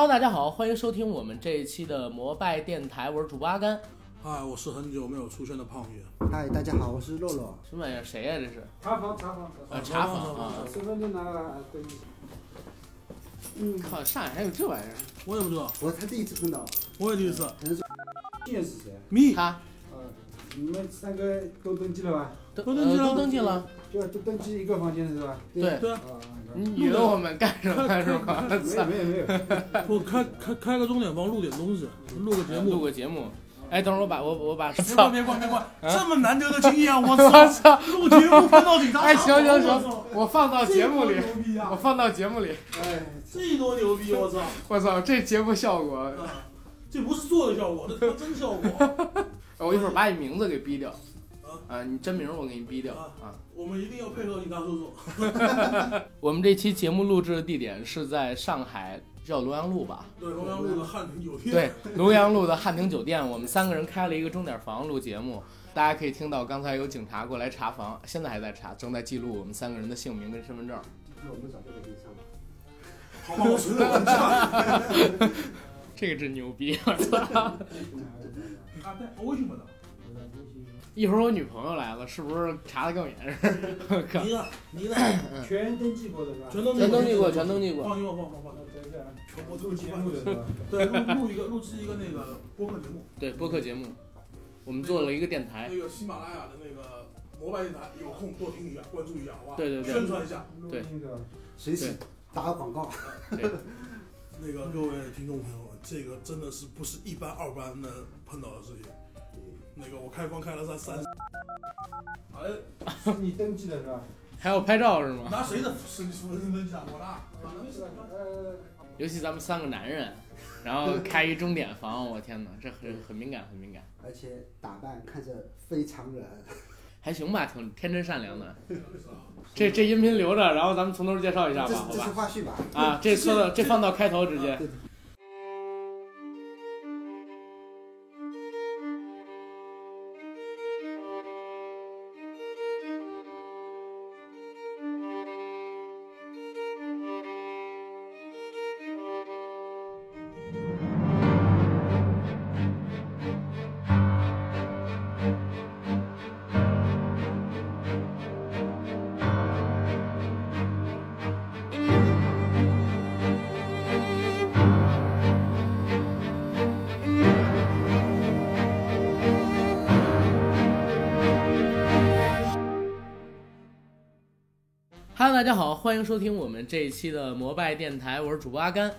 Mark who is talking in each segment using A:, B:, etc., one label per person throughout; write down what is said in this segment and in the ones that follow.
A: Hello，大家好，欢迎收听我们这一期的摩拜电台，我是主播阿甘。
B: 嗨，哎我是很久没有出现的胖爷。
C: 嗨，大家好，我是洛洛。
A: 什么玩意儿？谁呀、这是？
D: 查房查房查
A: 啊，
B: 啊
A: 茶坊
B: 茶坊
A: 啊！
D: 身份证拿来对，
A: 靠，上海还有这玩意儿？
B: 我也不知道，
C: 我才第一次碰到，
B: 我也第一次。
D: 现是谁？
B: 咪，
A: 他
D: 呃，你们三个都登记了吧？
A: 都
B: 都登记
A: 呃
B: 了
A: 都登记了。
D: 就都登记一个房间是吧？
A: 对，
B: 对啊，
D: 啊，
A: 你以为我们干什么是吗？
D: 没有没有没有，
B: 我开开开个钟点房，录点东西，录个节
A: 录
B: 目。
A: 个节目。哎，等会儿我把我我把
B: 别
A: 操
B: 管，别管别管，这么难得的经验，
A: 啊我
B: 我操！
A: 操！
B: 录节目碰到警察，
A: 哎，行行
B: 我
A: 行
B: 操，，
A: 我放到节目里
B: 这，多牛逼
A: 我
B: 啊！
A: 放到节目里。
D: 哎，
B: 这多牛逼，我操！
A: 我操，这节目效果，
B: 啊这不是做的效果，这他妈真效果。
A: 我一会儿把你名字给逼掉
B: 啊。
A: 啊，你真名我给你逼掉
B: 啊
A: 啊。
B: 我们一定要配合警察叔叔。
A: 我们这期节目录制的地点是在上海，叫龙阳路吧？
B: 对，中央路的汉庭酒店。
A: 对，龙阳路的汉庭酒店，我们三个人开了一个钟点房录节目，大家可以听到刚才有警察过来查房，现在还在查，正在记录我们三个人的姓名跟身份证。
C: 我们早就给你上了。
B: 好吧，我承认我很 差。
A: 这个真牛逼！
B: 啊，对，为什么呢？
A: 一会儿我女朋友来了，是不是查的更严实？我靠，
B: 你呢？你 呢？
D: 全登记过的是吧？
B: 全 都
A: 全登记过，全登记过。
B: 放心吧，放放放心。
D: 对对，全部都记录的是吧？
B: 对，录录一个，录制一个那个播客节目，
A: 对，播客节目，我们做了一个电台。
B: 那个喜马拉雅的那个摩拜电台，有空多听一下，关注一下，好吧？
A: 对对对
B: 宣传一下。
C: 随时打个广告，
B: 那个各位听众朋友们，这个真的是不是一般二班能碰到的事情。那个我开放开了三三，哎，
D: 是你登记的是吧？
A: 还要拍照是吗？
B: 拿谁的身身份证讲我啦？
D: 呃，
A: 尤其咱们三个男人，然后开一钟点房，我天哪，这很很敏感，很敏感。
C: 而且打扮看着非常人。
A: 还行吧，挺天真善良的。这这音频留着，然后咱们从头介绍一下
C: 这
A: 吧，
C: 是
A: 好
C: 这是
A: 吧？
C: 花絮吧？
A: 啊，这说到这放到开头直接。
C: 对
A: 哈喽，大家好，欢迎收听我们这一期的摩拜电台，我是主播阿甘，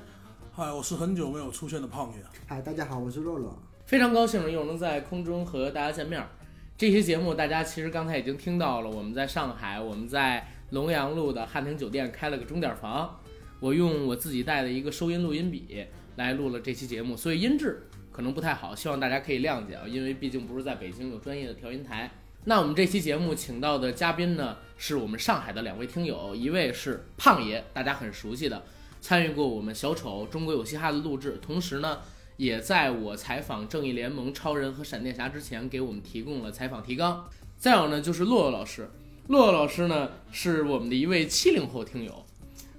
B: 嗨，我是很久没有出现的胖爷。
C: 嗨，大家好，我是洛洛。
A: 非常高兴又能在空中和大家见面儿。这期节目大家其实刚才已经听到了，我们在上海，我们在龙阳路的汉庭酒店开了个钟点房，我用我自己带的一个收音录音笔来录了这期节目，所以音质可能不太好，希望大家可以谅解啊，因为毕竟不是在北京有专业的调音台。那我们这期节目请到的嘉宾呢，是我们上海的两位听友，一位是胖爷，大家很熟悉的，参与过我们小丑《中国有嘻哈》的录制，同时呢，也在我采访《正义联盟》超人和闪电侠之前，给我们提供了采访提纲。再有呢，就是洛洛老师，洛洛老师呢是我们的一位七零后听友。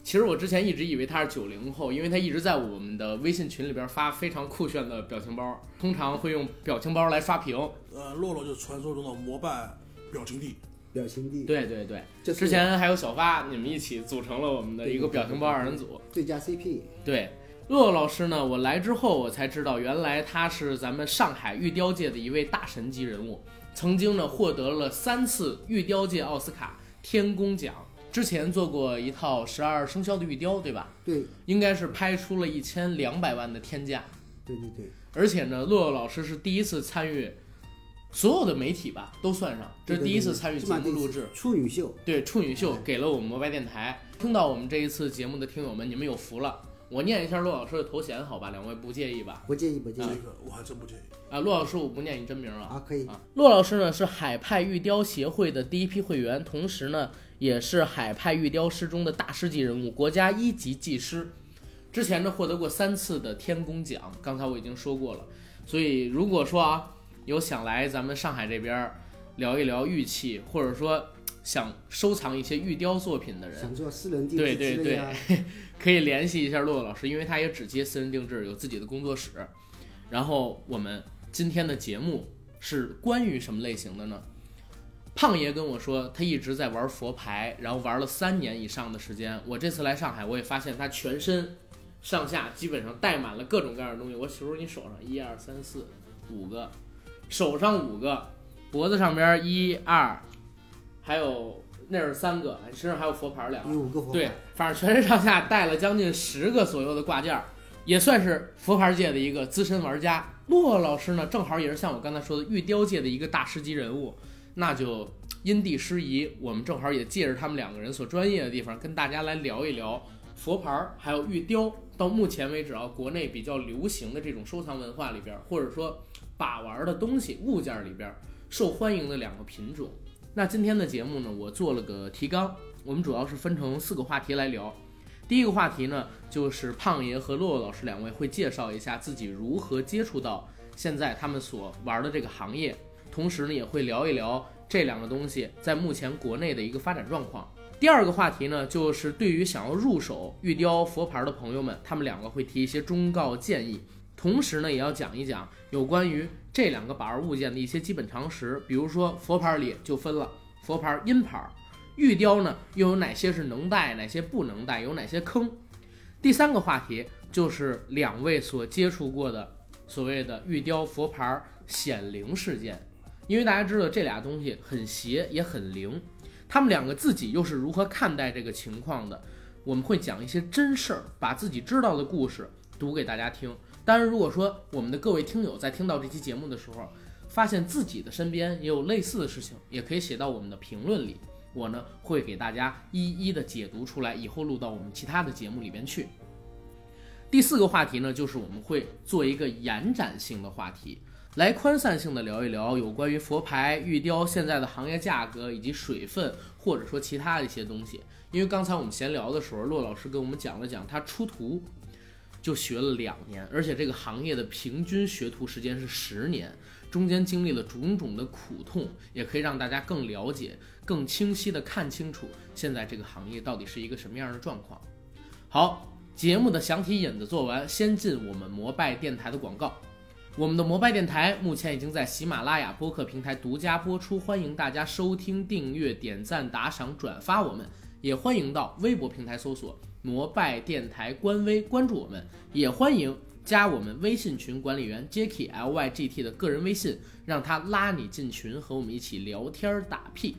A: 其实我之前一直以为他是九零后，因为他一直在我们的微信群里边发非常酷炫的表情包，通常会用表情包来刷屏。
B: 呃，洛洛就是传说中的摩拜表情帝。
C: 表情帝，
A: 对对对，
C: 就是
A: 之前还有小发，你们一起组成了我们的一个表情包二人组。
C: 最佳 CP，
A: 对，洛洛老师呢，我来之后我才知道，原来他是咱们上海玉雕界的一位大神级人物，曾经呢获得了三次玉雕界奥斯卡天宫奖，之前做过一套十二生肖的玉雕，对吧？
C: 对
A: 应该是拍出了一千两百万的天价，
C: 对对对，
A: 而且呢，洛洛老师是第一次参与。所有的媒体吧都算上，这是第一次参与节目录制，
C: 处女秀，
A: 对处女秀给了我们摩拜电台。听到我们这一次节目的听友们，你们有福了。我念一下洛老师的头衔，好吧，两位不介意吧？
C: 不介意不介
B: 这
A: 嗯
C: 意
B: 个我还真不介意。
A: 啊，洛老师，我不念你真名了
C: 啊，可以。
A: 啊。洛老师呢是海派玉雕协会的第一批会员，同时呢也是海派玉雕师中的大师级人物，国家一级技师。之前呢获得过三次的天宫奖，刚才我已经说过了。所以如果说啊有想来咱们上海这边儿聊一聊玉器，或者说想收藏一些玉雕作品的人，
C: 想做私人定
A: 对
C: 制
A: 对
C: 之类啊，
A: 可以联系一下洛洛老师，因为他也只接私人定制，有自己的工作室。然后我们今天的节目是关于什么类型的呢？胖爷跟我说，他一直在玩佛牌，然后玩了三年以上的时间。我这次来上海，我也发现他全身上下基本上带满了各种各样的东西。我数数你手上，一二三四五个，手上五个，脖子上边一二，还有那是三个，你身上还有佛牌两个
C: 有。五个佛
A: 对
C: 牌，，
A: 反正全身上下带了将近十个左右的挂件儿，也算是佛牌界的一个资深玩家。骆老师呢，正好也是像我刚才说的玉雕界的一个大师级人物，那就因地施宜，我们正好也借着他们两个人所专业的地方，跟大家来聊一聊佛牌儿还有玉雕。到目前为止啊，国内比较流行的这种收藏文化里边儿，或者说把玩儿的东西物件儿里边儿受欢迎的两个品种。那今天的节目呢，我做了个提纲，我们主要是分成四个话题来聊。第一个话题呢，就是胖爷和洛洛老师两位会介绍一下自己如何接触到现在他们所玩的这个行业，同时呢也会聊一聊这两个东西在目前国内的一个发展状况。第二个话题呢，就是对于想要入手玉雕佛牌的朋友们，他们两个会提一些忠告建议，同时呢也要讲一讲有关于这两个把玩物件的一些基本常识，比如说佛牌里就分了佛牌、阴牌。玉雕呢又有哪些是能带，哪些不能带，有哪些坑？第三个话题就是两位所接触过的所谓的玉雕佛牌儿显灵事件，因为大家知道这俩东西很邪也很灵，他们两个自己又是如何看待这个情况的？我们会讲一些真事儿，把自己知道的故事读给大家听。当然，如果说我们的各位听友在听到这期节目的时候，发现自己的身边也有类似的事情，也可以写到我们的评论里。我呢会给大家一一的解读出来，以后录到我们其他的节目里边去。第四个话题呢，就是我们会做一个延展性的话题，来宽散性的聊一聊有关于佛牌、玉雕现在的行业价格以及水分，或者说其他的一些东西。因为刚才我们闲聊的时候，骆老师跟我们讲了讲他出徒就学了两年，而且这个行业的平均学徒时间是十年，中间经历了种种的苦痛，也可以让大家更了解更清晰的看清楚现在这个行业到底是一个什么样的状况。好，节目的详体引子做完，先进我们摩拜电台的广告。我们的摩拜电台目前已经在喜马拉雅播客平台独家播出，欢迎大家收听、订阅、点赞、打赏、转发我们，也欢迎到微博平台搜索“摩拜电台”官微关注我们，也欢迎加我们微信群管理员 Jacky LYGT 的个人微信，让他拉你进群和我们一起聊天儿打屁。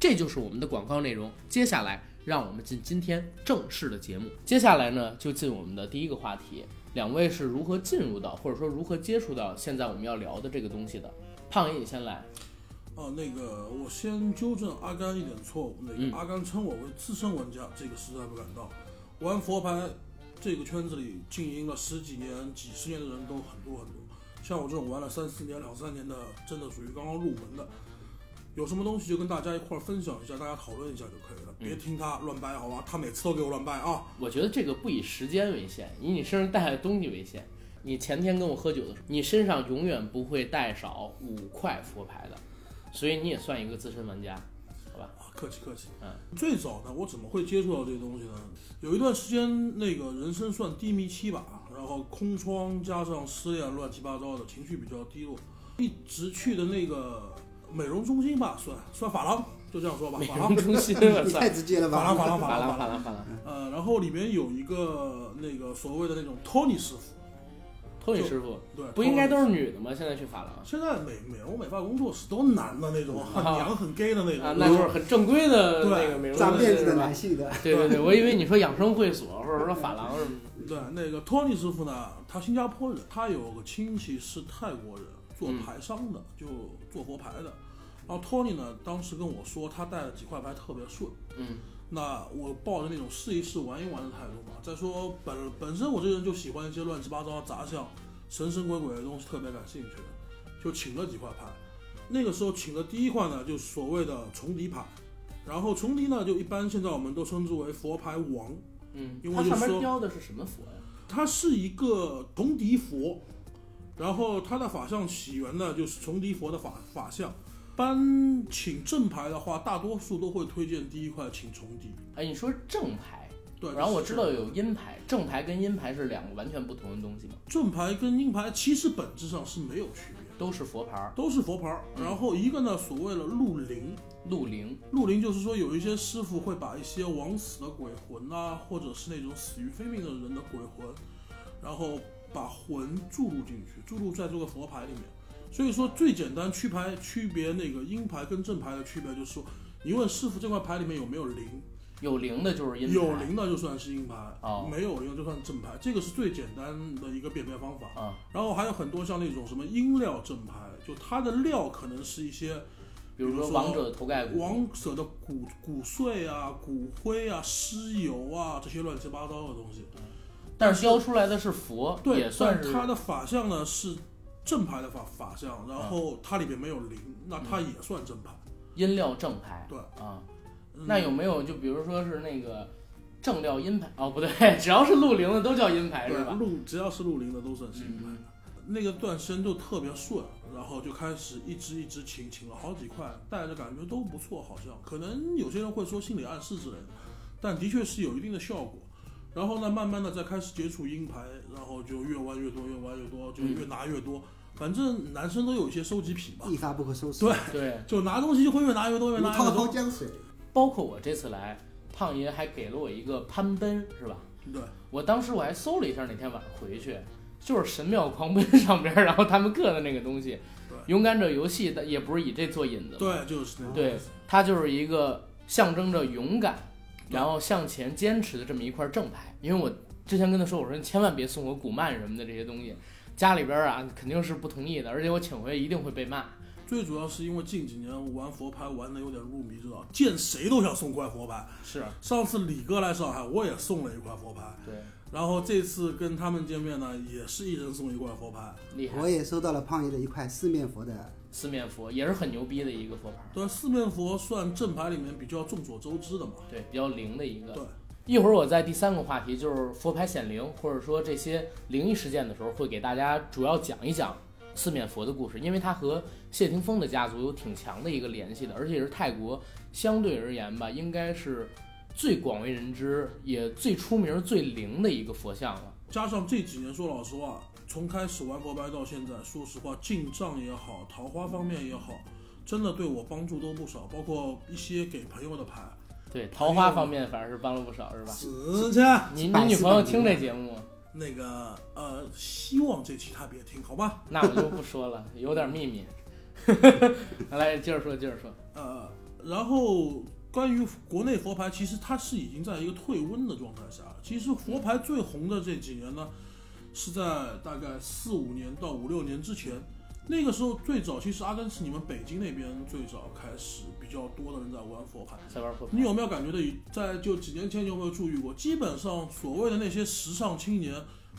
A: 这就是我们的广告内容。接下来，让我们进今天正式的节目。接下来呢，就进我们的第一个话题，两位是如何进入到，或者说如何接触到现在我们要聊的这个东西的？胖爷，你先来。
B: 啊，那个我先纠正阿甘一点错误，那
A: 嗯
B: 个阿甘称我为资深玩家，这个实在不敢当。玩佛牌这个圈子里经营了十几年、几十年的人都很多很多，像我这种玩了三四年、两三年的，真的属于刚刚入门的。有什么东西就跟大家一块儿分享一下，大家讨论一下就可以了，别听他乱掰，好吧？他每次都给我乱掰啊！
A: 我觉得这个不以时间为限，以你身上带的东西为限。你前天跟我喝酒的时候，你身上永远不会带少五块佛牌的，所以你也算一个资深玩家。
B: 啊，客气客气。
A: 嗯，
B: 最早呢，我怎么会接触到这个东西呢？有一段时间，那个人生算低迷期吧，然后空窗加上失恋，乱七八糟的情绪比较低落，一直去的那个美容中心吧，算算发廊，就这样说吧，
A: 美
B: 发廊
A: 容，中心，我
C: 你
A: 操！
C: 太直接 了
B: 发廊，
C: 吧？
B: 发廊，
A: 法
B: 发
A: 郎
B: 廊，发
A: 法
B: 廊。
A: 郎法郎，
B: 呃，然后里面有一个那个所谓的那种托尼师傅，
A: 托尼师傅
B: 对，
A: 不应该都
B: 是。
A: 是女的吗？现在去法郎。
B: 现在美美容美发工作室都男的那种，很娘很 gay 的那
A: 啊，
B: 种，
A: 那就是很正规的
B: 对
A: 那个美容
C: 扎
A: 公司
C: 辫子的
A: 是吧
C: 男性的，
A: 对对对，我以为你说养生会所或者说法郎什么的。
B: 对，那个托尼师傅呢，他新加坡人，他有个亲戚是泰国人，做牌商的，就做佛牌的。然后托尼呢，当时跟我说，他带了几块牌特别顺。
A: 嗯
B: 那我抱着那种试一试、玩一玩的态度嘛。再说本本身我这人就喜欢一些乱七八糟、杂项、神神鬼鬼的东西，特别感兴趣的，就请了几块牌。那个时候请的第一块呢，就是所谓的重迪牌，然后重迪呢，就一般现在我们都称之为佛牌王。
A: 嗯，
B: 因为
A: 它
B: 就
A: 上面
B: 说
A: 雕的是什么佛呀？
B: 它是一个铜笛佛，然后它的法相起源呢就是铜笛佛的法法相。般请正牌的话，大多数都会推荐第一块请重笛。
A: 哎，你说正牌，
B: 对，对，
A: 然后我
B: 就是
A: 知道有阴牌，正牌跟阴牌是两个完全不同的东西嘛，
B: 正牌跟阴牌其实本质上是没有区别的，
A: 都是佛牌儿、
B: 都是佛牌儿。然后一个呢，所谓的入灵，
A: 鹿灵，
B: 入灵就是说有一些师傅会把一些枉死的鬼魂啊，或者是那种死于非命的人的鬼魂，然后把魂注入进去，注入在这个佛牌里面。所以说最简单区牌区别那个阴牌跟正牌的区别就是说，你问师傅这块牌里面有没有灵，
A: 有灵的就是阴牌，
B: 有灵的就算是阴牌，
A: 哦
B: 没有灵的就算正牌，这个是最简单的一个辨别方法。
A: 啊，
B: 然后还有很多像那种什么阴料正牌，就它的料可能是一些
A: 比如
B: 比如
A: 说
B: 说
A: 王者的头盖骨，
B: 王者的骨骨碎啊、骨灰啊、尸油啊这些乱七八糟的东西。
A: 但是雕出来的是佛，
B: 对，
A: 也算
B: 但
A: 是
B: 它的法相呢是正牌的法法相，然
A: 啊
B: 后它里面没有灵，那它也算正牌。
A: 阴料正牌，
B: 对
A: 啊，
B: 嗯
A: 那有没有就比如说是那个正料阴牌？哦，不对， 只要是鹿灵的都叫阴牌是
B: 对
A: 吧？
B: 录只要是录灵的都算是阴牌
A: 嗯。
B: 那个段时间就特别顺，然后就开始一直一直请，请了好几块，带着感觉都不错，好像可能有些人会说心理暗示之类的，但的确是有一定的效果。然后呢，慢慢的再开始接触鹰牌，然后就越玩越多，越玩越多，就
A: 嗯
B: 越拿越多。反正男生都有一些收集癖嘛，
C: 一发不可收拾，
B: 对
A: 对，
B: 就拿东西就会越拿越多，越
C: 如
B: 拿越
C: 滔滔
B: 多。
C: 江水。
A: 包括我这次来，胖爷还给了我一个攀奔，是吧？
B: 对，
A: 我当时我还搜了一下，那天晚上回去就是神庙狂奔上边儿，然后他们刻的那个东西
B: 对，
A: 勇敢者游戏的也不是以这做引子，
B: 对，就是那种
A: 对，它就是一个象征着勇敢，
B: 对
A: 然后向前坚持的这么一块正牌。因为我之前跟他说，我说你千万别送我古曼什么的这些东西，家里边儿啊肯定是不同意的，而且我请回去一定会被骂。
B: 最主要是因为近几年玩佛牌玩的有点入迷，知道，见谁都想送块佛牌。
A: 是，
B: 上次李哥来上海，我也送了一块佛牌，
A: 对，
B: 然后这次跟他们见面呢，也是一人送一块佛牌。
A: 厉害
C: 我，也收到了胖爷的一块四面佛的，
A: 四面佛也是很牛逼的一个佛牌，
B: 对，四面佛算正牌里面比较众所周知的嘛。
A: 对，比较灵的一个。
B: 对，
A: 一会儿我在第三个话题，就是佛牌显灵，或者说这些灵异事件的时候，会给大家主要讲一讲四面佛的故事，因为它和谢霆锋的家族有挺强的一个联系的，而且是泰国相对而言吧，应该是最广为人知、也最出名、最灵的一个佛像了。
B: 加上这几年，说老实话，从开始玩佛牌到现在，说实话，进账也好，桃花方面也好，真的对我帮助都不少，包括一些给朋友的牌。
A: 对，桃花方面反而是帮了不少，是吧？
B: 死去！
A: 你你女朋友听这节目吗，
B: 呃那个呃，希望这期他别听，好吧？
A: 那我就不说了，有点秘密。 来，接着说，接着说。
B: 呃，然后关于国内佛牌，其实它是已经在一个退温的状态下了。其实佛牌最红的这几年呢，是在大概四五年到五六年之前。那个时候最早，其实阿根是你们北京那边最早开始比较多的人在玩佛牌。
A: 在玩佛牌，
B: 你有没有感觉到，在就几年前你有没有注意过？基本上所谓的那些时尚青年，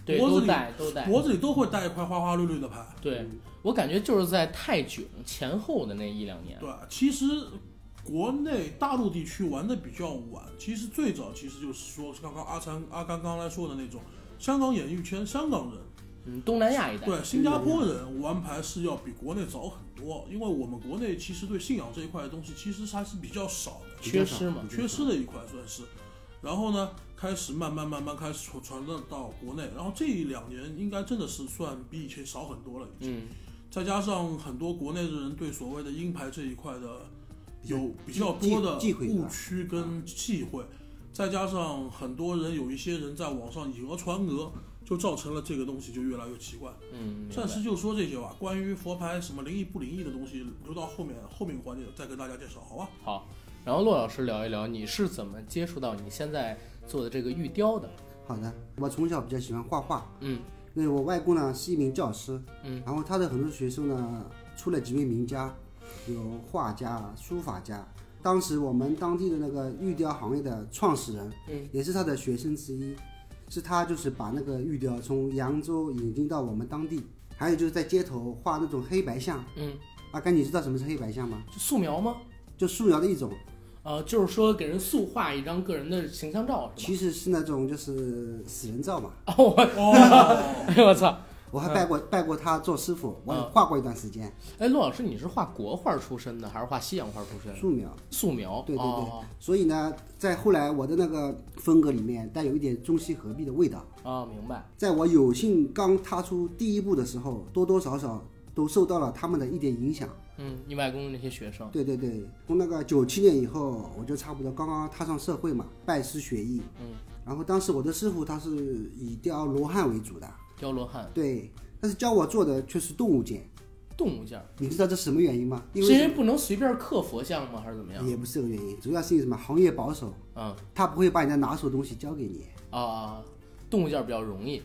A: 对
B: 脖子
A: 都
B: 里
A: 带都带。
B: 脖子里都会带一块花花绿绿的牌。
A: 对，
C: 嗯
A: 我感觉就是在泰囧前后的那一两年，
B: 对，啊其实国内大陆地区玩的比较晚，其实最早其实就是说刚刚阿三阿刚刚来说的那种，香港演艺圈香港人
A: 嗯，东南亚一带，
B: 对新加坡人玩牌是要比国内早很多，因为我们国内其实对信仰这一块的东西其实还是比较少的，
A: 缺失嘛，
B: 缺失的一块算是。然后呢，开始慢慢慢慢开始传传到到国内，然后这一两年应该真的是算比以前少很多了，已经。
A: 嗯，
B: 再加上很多国内的人对所谓的鹰牌这一块的
C: 比较
B: 有比较
C: 忌
B: 多的
C: 忌讳
B: 误
C: 吧
B: 区跟忌讳，再加上很多人有一些人在网上以讹传讹，就造成了这个东西就越来越奇怪。
A: 嗯，
B: 暂时就说这些吧，关于佛牌什么灵异不灵异的东西，留到后面后面环节再跟大家介绍，好吧？
A: 好。然后骆老师聊一聊，你是怎么接触到你现在做的这个玉雕的？
C: 好的，我从小比较喜欢画画，
A: 嗯，
C: 因为我外公呢是一名教师，
A: 嗯，
C: 然后他的很多学生呢出了几位名家，有画家、书法家。当时我们当地的那个玉雕行业的创始人，
A: 嗯，
C: 也是他的学生之一，是他就是把那个玉雕从扬州引进到我们当地，还有就是在街头画那种黑白像。
A: 嗯，
C: 阿甘，你知道什么是黑白像吗？
A: 就素描吗？
C: 就素描的一种，
A: 呃，就是说给人素画一张个人的形象照是吧？
C: 其实是那种就是死人照嘛。
A: 哦，我
B: 哦，
A: 哎呦我操，
C: 我还拜过、拜过他做师傅，我也
A: 嗯
C: 画过一段时间，
A: 哎，陆老师，你是画国画出身的，还是画西洋画出身？
C: 素描。
A: 素描。
C: 对对对
A: 哦
C: 所以呢，在后来我的那个风格里面带有一点中西合璧的味道。
A: 哦，明白。
C: 在我有幸刚踏出第一步的时候，多多少少都受到了他们的一点影响。
A: 嗯，你外公的那些学生，
C: 对对对，从那个九七年以后，我就差不多刚刚踏上社会嘛，拜师学艺。
A: 嗯。
C: 然后当时我的师傅他是以雕罗汉为主的，
A: 雕罗汉，
C: 对，但是教我做的却是动物件。
A: 动物件儿，
C: 你知道这什么原因吗？因
A: 是因为
C: 为嗯
A: 不能随便刻佛像吗？还是怎么样？
C: 也不是这个原因，主要是因为什么？行业保守，
A: 嗯
C: 他不会把你的拿手东西交给你。
A: 啊，动物件儿比较容易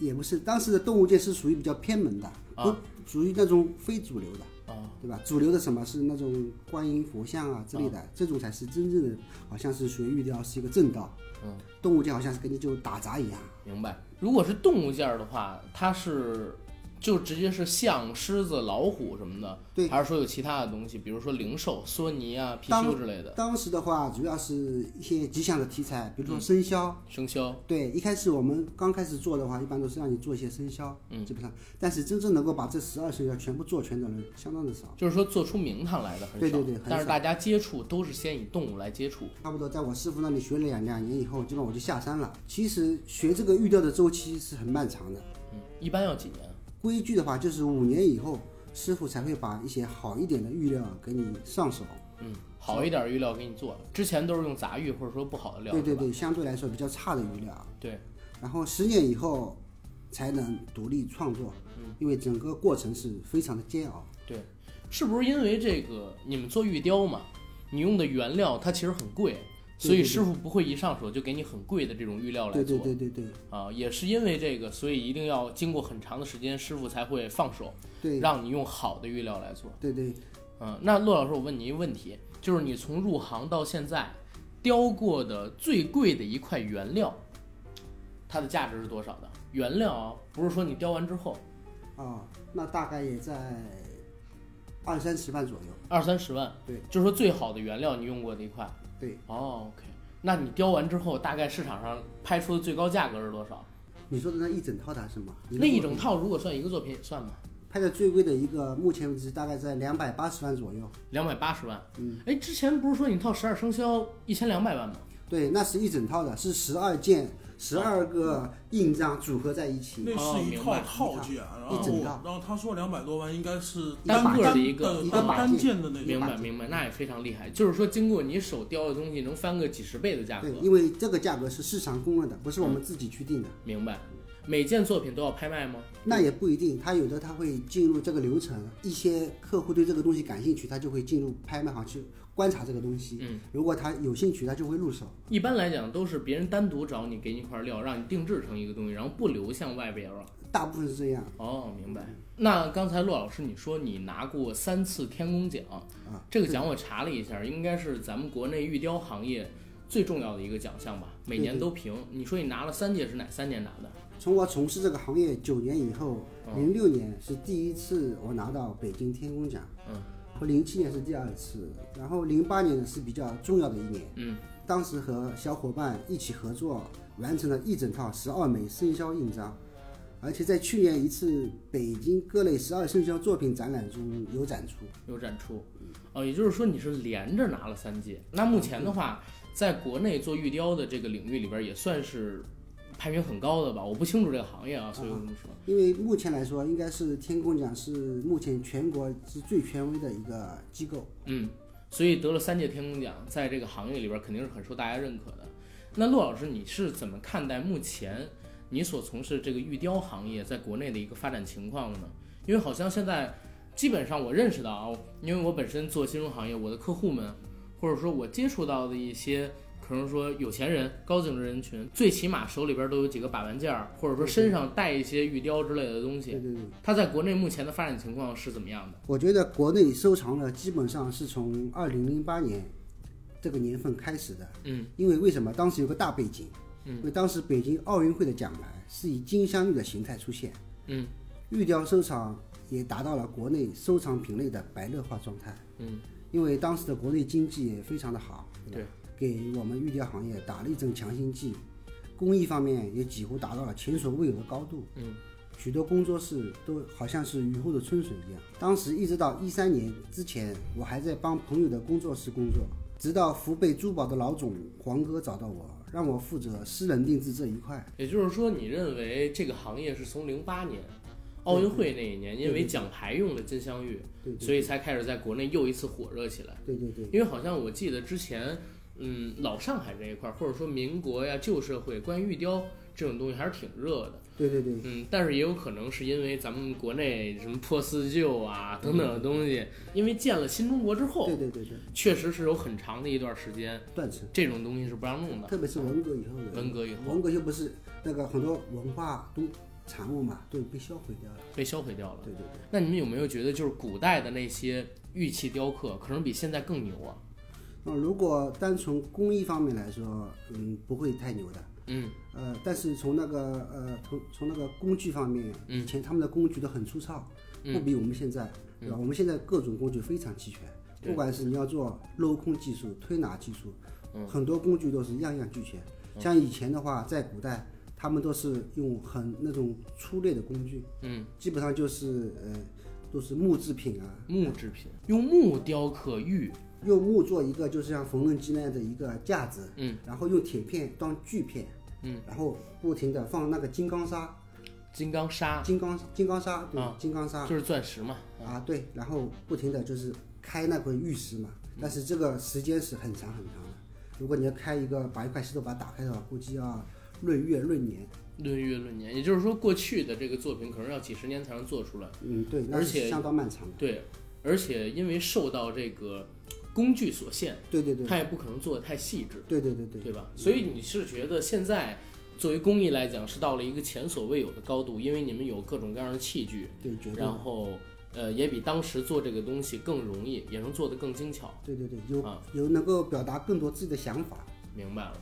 C: 也不是，当时的动物界是属于比较偏门的，
A: 啊
C: 不属于那种非主流的，
A: 啊。
C: 对吧？主流的什么是那种观音佛像啊之类的，这种才是真正的，好像是属于玉雕是一个正道。
A: 嗯，
C: 动物界好像是跟你就打杂一样，
A: 明白。如果是动物件儿的话，它是就直接是象、狮子、老虎什么的，
C: 对
A: 还是说有其他的东西，比如说灵兽、索尼啊、貔
C: 当
A: 貅之类的，
C: 当时的话，主要是一些吉祥的题材，比
A: 嗯
C: 如说生肖。
A: 生肖
C: 对，一开始我们刚开始做的话，一般都是让你做一些生肖，
A: 嗯
C: 基本上。但是真正能够把这十二生肖全部做全的人，相当的少。
A: 就是说做出名堂来的很少，
C: 对对对很
A: 但是
C: 少
A: 大家接触都是先以动物来接触，
C: 差不多在我师傅那里学了两两年以后，基本上我就下山了。其实学这个玉雕的周期是很漫长的，
A: 嗯，一般要几年？
C: 规矩的话就是五年以后，师傅才会把一些好一点的玉料给你上手。
A: 嗯，好一点儿玉料给你做，之前都是用杂玉或者说不好的料，
C: 对对
A: 是吧
C: 对，相对来说比较差的玉料。
A: 对，
C: 然后十年以后才能独立创作，
A: 嗯
C: 因为整个过程是非常的煎熬。
A: 对，是不是因为这个你们做玉雕嘛，你用的原料它其实很贵，所
C: 对
A: 以
C: 对
A: 师傅不会一上手就给你很贵的这种玉料来做
C: 对对对对对
A: 啊，也是因为这个，所以一定要经过很长的时间，师傅才会放手，
C: 对
A: 让你用好的玉料来做。
C: 对对，
A: 嗯，那骆老师，我问你一个问题，就是你从入行到现在，雕过的最贵的一块原料，它的价值是多少的？原料啊，不是说你雕完之后
C: 啊，那大概也在二三十万左右。
A: 二三十万，
C: 对，
A: 就是说最好的原料你用过的一块。
C: 对，
A: 哦，OK，那你雕完之后，大概市场上拍出的最高价格是多少？
C: 你说的那一整套它是吗？
A: 那一整套如果算一个作品算吗？
C: 拍的最贵的一个，目前为止大概在两百八十万左右。
A: 两百八十万。
C: 嗯，
A: 哎，之前不是说你套十二生肖一千两百万吗？
C: 对，那是一整套的，是十二件、十二个印章组合在一起，
B: 那
A: 哦
B: 是一
A: 明
B: 套
A: 白
C: 一
B: 套
C: 套
B: 件，然后
C: 一整套
B: 然后他说两百多万，应该是
A: 单
B: 单
A: 个的
B: 单
A: 一个
B: 呃
A: 一个
B: 单
C: 把
B: 单
C: 件
B: 件的那
A: 明
B: 种。
A: 白明白，那也非常厉害。就是说，经过你手雕的东西能翻个几十倍的价格
C: 对，。因为这个价格是市场公认的，不是我们自己去定的。
A: 明白。每件作品都要拍卖吗？
C: 那也不一定，他有的他会进入这个流程，一些客户对这个东西感兴趣，他就会进入拍卖行去观察这个东西。
A: 嗯，
C: 如果他有兴趣，他就会入手。
A: 一般来讲都是别人单独找你，给你一块料，让你定制成一个东西，然后不流向外边了。
C: 大部分是这样。
A: 哦，明白。那刚才骆老师你说你拿过三次天宫奖，
C: 啊
A: 这个奖我查了一下，应该是咱们国内玉雕行业最重要的一个奖项吧，每年都评。你说你拿了三届是哪三年拿的？
C: 从我从事这个行业九年以后，
A: 嗯
C: 零六年是第一次我拿到北京天宫奖，
A: 嗯，
C: 和零七年是第二次，然后零八年呢是比较重要的一年，
A: 嗯，
C: 当时和小伙伴一起合作，完成了一整套十二枚生肖印章，而且在去年一次北京各类十二生肖作品展览中有展出。
A: 有展出，哦，也就是说你是连着拿了三届。那目前的话，在国内做玉雕的这个领域里边，也算是排名很高的吧。我不清楚这个行业啊，所以我这么说。
C: 因为目前来说，应该是天宫奖是目前全国是最权威的一个机构。
A: 嗯，所以得了三届天宫奖，在这个行业里边肯定是很受大家认可的。那陆老师，你是怎么看待目前你所从事这个玉雕行业在国内的一个发展情况呢？因为好像现在基本上我认识到啊，因为我本身做金融行业，我的客户们或者说我接触到的一些。可能说有钱人、高净值人群，最起码手里边都有几个把玩件儿，或者说身上带一些玉雕之类的东
C: 对
A: 西。
C: 对对。
A: 它在国内目前的发展情况是怎么样的？
C: 我觉得国内收藏呢，基本上是从二零零八年这个年份开始的，
A: 嗯，
C: 因为为什么？当时有个大背景，
A: 嗯
C: 因为当时北京奥运会的奖牌是以金镶玉的形态出现，
A: 嗯，
C: 玉雕收藏也达到了国内收藏品类的白热化状态，
A: 嗯，
C: 因为当时的国内经济也非常的好，
A: 对
C: 吧，给我们玉雕行业打了一针强心剂，工艺方面也几乎达到了前所未有的高度，
A: 嗯，
C: 许多工作室都好像是雨后的春笋一样。当时一直到一三年之前，我还在帮朋友的工作室工作，直到福贝珠宝的老总黄哥找到我，让我负责私人定制这一块。
A: 也就是说，你认为这个行业是从零八年奥运会那一年，因为奖牌用了金镶玉，
C: 对对对，
A: 所以才开始在国内又一次火热起来。
C: 对对对，
A: 因为好像我记得之前，嗯，老上海这一块儿，或者说民国呀、旧社会，关于玉雕这种东西还是挺热的。
C: 对对对，
A: 嗯，但是也有可能是因为咱们国内什么破四旧啊等等的东西，因为建了新中国之后
C: 嗯对，对对对，
A: 确实是有很长的一段时间，
C: 断层。
A: 这种东西是不让弄的。
C: 特别是文革以后的，
A: 文革以后
C: 文革又不是那个很多文化都产物嘛，都被销毁掉了。
A: 被销毁掉了。
C: 对对对，
A: 那你们有没有觉得，就是古代的那些玉器雕刻，可能比现在更牛啊？
C: 那嗯如果单从工艺方面来说，嗯，不会太牛的。
A: 嗯，
C: 呃，但是从那个呃，从从那个工具方面，
A: 嗯
C: 以前他们的工具都很粗糙，
A: 嗯
C: 不比我们现在，对吧？我们现在各种工具非常齐全，
A: 对
C: 不管是你要做镂空技术、推拿技术，
A: 嗯
C: 很多工具都是样样俱全。像以前的话，在古代，他们都是用很那种粗劣的工具，
A: 嗯，
C: 基本上就是呃，都是木制品啊，
A: 木制品用木雕刻玉，
C: 用木做一个，就是像缝纫机那样的一个架子，
A: 嗯，
C: 然后用铁片当锯片，
A: 嗯，
C: 然后不停的放那个金刚砂，
A: 金刚砂
C: 金刚金刚砂，对，
A: 啊
C: 金刚砂
A: 就是钻石嘛。
C: 啊，对，然后不停的就是开那块玉石嘛，
A: 嗯
C: 但是这个时间是很长很长的。如果你要开一个，把一块石头把它打开的话，估计要论月论年。
A: 论月论年，也就是说，过去的这个作品可能要几十年才能做出来。
C: 嗯，对，那
A: 而
C: 是
A: 且
C: 相当漫长的。
A: 对，而且因为受到这个工具所限，
C: 对对对，
A: 它也不可能做的太细致，
C: 对对对对，
A: 对吧？所以你是觉得现在作为工艺来讲，是到了一个前所未有的高度，因为你们有各种各样的器具，
C: 对绝对
A: 然。后呃，也比当时做这个东西更容易，也能做得更精巧。
C: 对对对，有
A: 啊
C: 有能够表达更多自己的想法。
A: 明白了。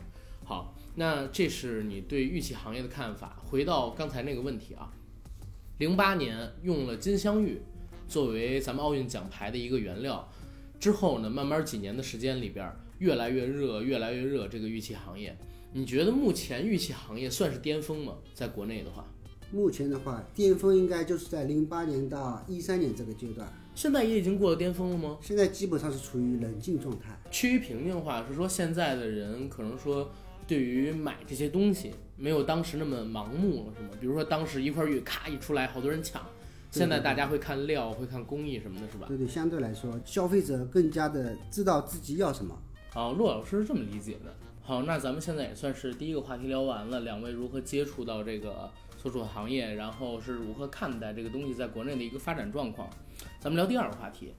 A: 好，那这是你对玉器行业的看法。回到刚才那个问题啊，零八年用了金镶玉作为咱们奥运奖牌的一个原料，之后呢，慢慢几年的时间里边儿，越来越热，越来越热这个玉器行业。你觉得目前玉器行业算是巅峰吗？在国内的话，
C: 目前的话，巅峰应该就是在零八年到一三年这个阶段，
A: 现在也已经过了巅峰了吗？
C: 现在基本上是处于冷静状态。
A: 趋于平静化，是说现在的人可能说对于买这些东西没有当时那么盲目了，是吗？比如说当时一块玉咔一出来，好多人抢，
C: 对
A: 现在大家会看料，会看工艺什么的，是吧？
C: 对对，相对来说，消费者更加的知道自己要什么。
A: 好，骆老师是这么理解的。好，那咱们现在也算是第一个话题聊完了，两位如何接触到这个所处的行业，然后是如何看待这个东西在国内的一个发展状况。咱们聊第二个话题。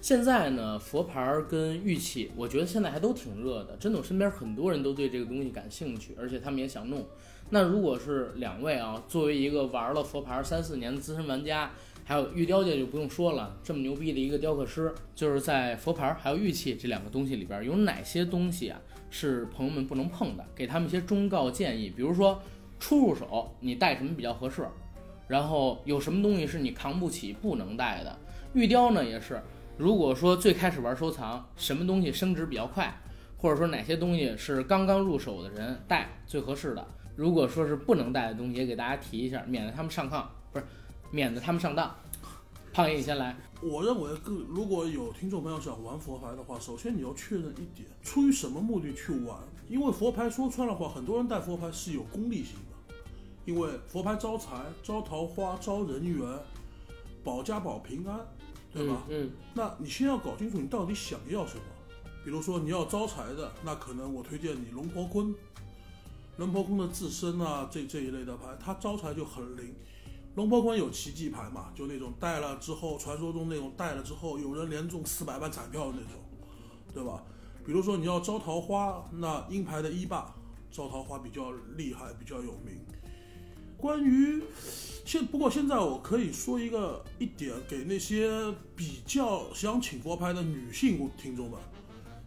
A: 现在呢，佛牌儿跟玉器，我觉得现在还都挺热的。真的，我身边很多人都对这个东西感兴趣，而且他们也想弄。那如果是两位啊，作为一个玩了佛牌儿三四年的资深玩家，还有玉雕界就不用说了，这么牛逼的一个雕刻师，就是在佛牌儿还有玉器这两个东西里边儿，有哪些东西啊是朋友们不能碰的？给他们一些忠告建议，比如说初入手你带什么比较合适，然后有什么东西是你扛不起不能带的。玉雕呢也是，如果说最开始玩收藏，什么东西升值比较快，或者说哪些东西是刚刚入手的人带最合适的。如果说是不能带的东西，也给大家提一下，免得他们上炕，不是，免得他们上当。胖爷，你先来。
B: 我认为，更如果有听众朋友想玩佛牌的话，首先你要确认一点，出于什么目的去玩？因为佛牌说穿了话，很多人带佛牌是有功利性的，因为佛牌招财、招桃花、招人缘、保家保平安，对吧？
A: 嗯
B: 那你先要搞清楚你到底想要什么。比如说你要招财的，那可能我推荐你龙婆坤。龙婆坤的自身啊，这这一类的牌，它招财就很灵。龙婆坤有奇迹牌嘛，就那种戴了之后，传说中那种戴了之后，有人连中四百万彩票的那种，对吧？比如说你要招桃花，那鹰牌的一霸招桃花比较厉害，比较有名。关于现不过现在我可以说一个一点，给那些比较想请佛牌的女性听众们，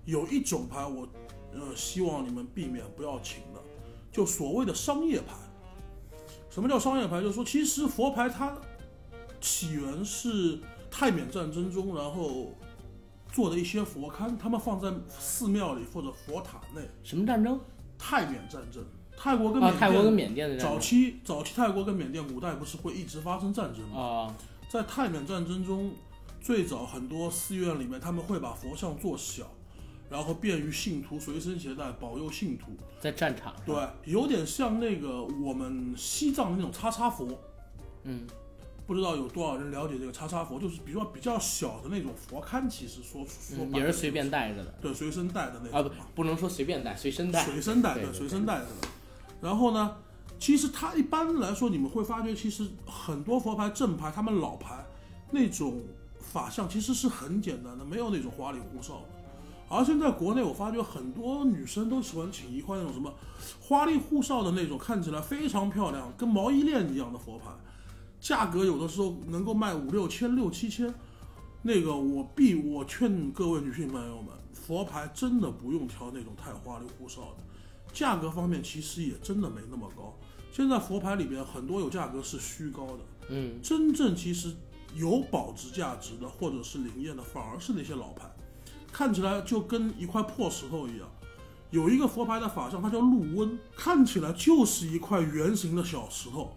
B: 有一种牌我呃希望你们避免不要请的，就所谓的商业牌。什么叫商业牌？就是说，其实佛牌它起源是泰缅战争中，然后做的一些佛龛，他们放在寺庙里或者佛塔内。
A: 什么战争？
B: 泰缅战争，泰国跟
A: 啊，
B: 缅甸，
A: 泰国跟缅甸的战
B: 早
A: 争
B: 期早期泰国跟缅甸古代不是会一直发生战争吗？
A: 啊，
B: 在泰缅战争中，最早很多寺院里面他们会把佛像做小，然后便于信徒随身携带，保佑信徒。
A: 在战场上，
B: 对，有点像那个我们西藏的那种叉叉佛，
A: 嗯，
B: 不知道有多少人了解这个叉叉佛，就是比较比较小的那种佛龛，其实说说
A: 嗯
B: 白
A: 也
B: 了
A: 是
B: 就
A: 随便带着的
B: 对随身带的那种
A: 啊，不，不能说随便带，随身带，
B: 随身带
A: 对对
B: 对
A: 对
B: 随身带着的。然后呢，其实它一般来说，你们会发觉，其实很多佛牌正牌，他们老牌那种法相其实是很简单的，没有那种花里胡哨的。而现在国内，我发觉很多女生都喜欢请一块那种什么花里胡哨的那种，看起来非常漂亮，跟毛衣链一样的佛牌，价格有的时候能够卖五六千、六七千。那个我必我劝各位女性朋友们，佛牌真的不用挑那种太花里胡哨的，价格方面其实也真的没那么高。现在佛牌里边很多有价格是虚高的，
A: 嗯，
B: 真正其实有保值价值的或者是灵验的，反而是那些老牌，看起来就跟一块破石头一样。有一个佛牌的法相，它叫陆温，看起来就是一块圆形的小石头，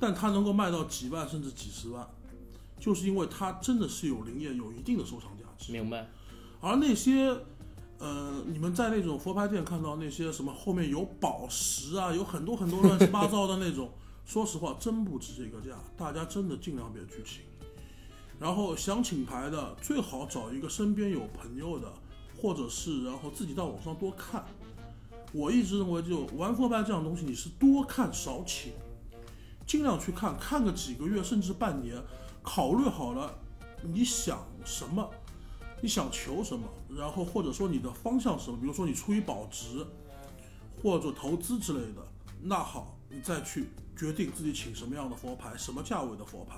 B: 但它能够卖到几万甚至几十万，就是因为它真的是有灵验，有一定的收藏价值。
A: 明白，
B: 而那些，呃，你们在那种佛牌店看到那些什么后面有宝石啊，有很多很多乱七八糟的那种， 说实话真不值这个价，大家真的尽量别去请。然后想请牌的，最好找一个身边有朋友的，或者是然后自己到网上多看。我一直认为，就玩佛牌这样东西，你是多看少请，尽量去看，看个几个月甚至半年，考虑好了你想什么，你想求什么，然后或者说你的方向是什么，比如说你出于保值或者投资之类的，那好，你再去决定自己请什么样的佛牌，什么价位的佛牌，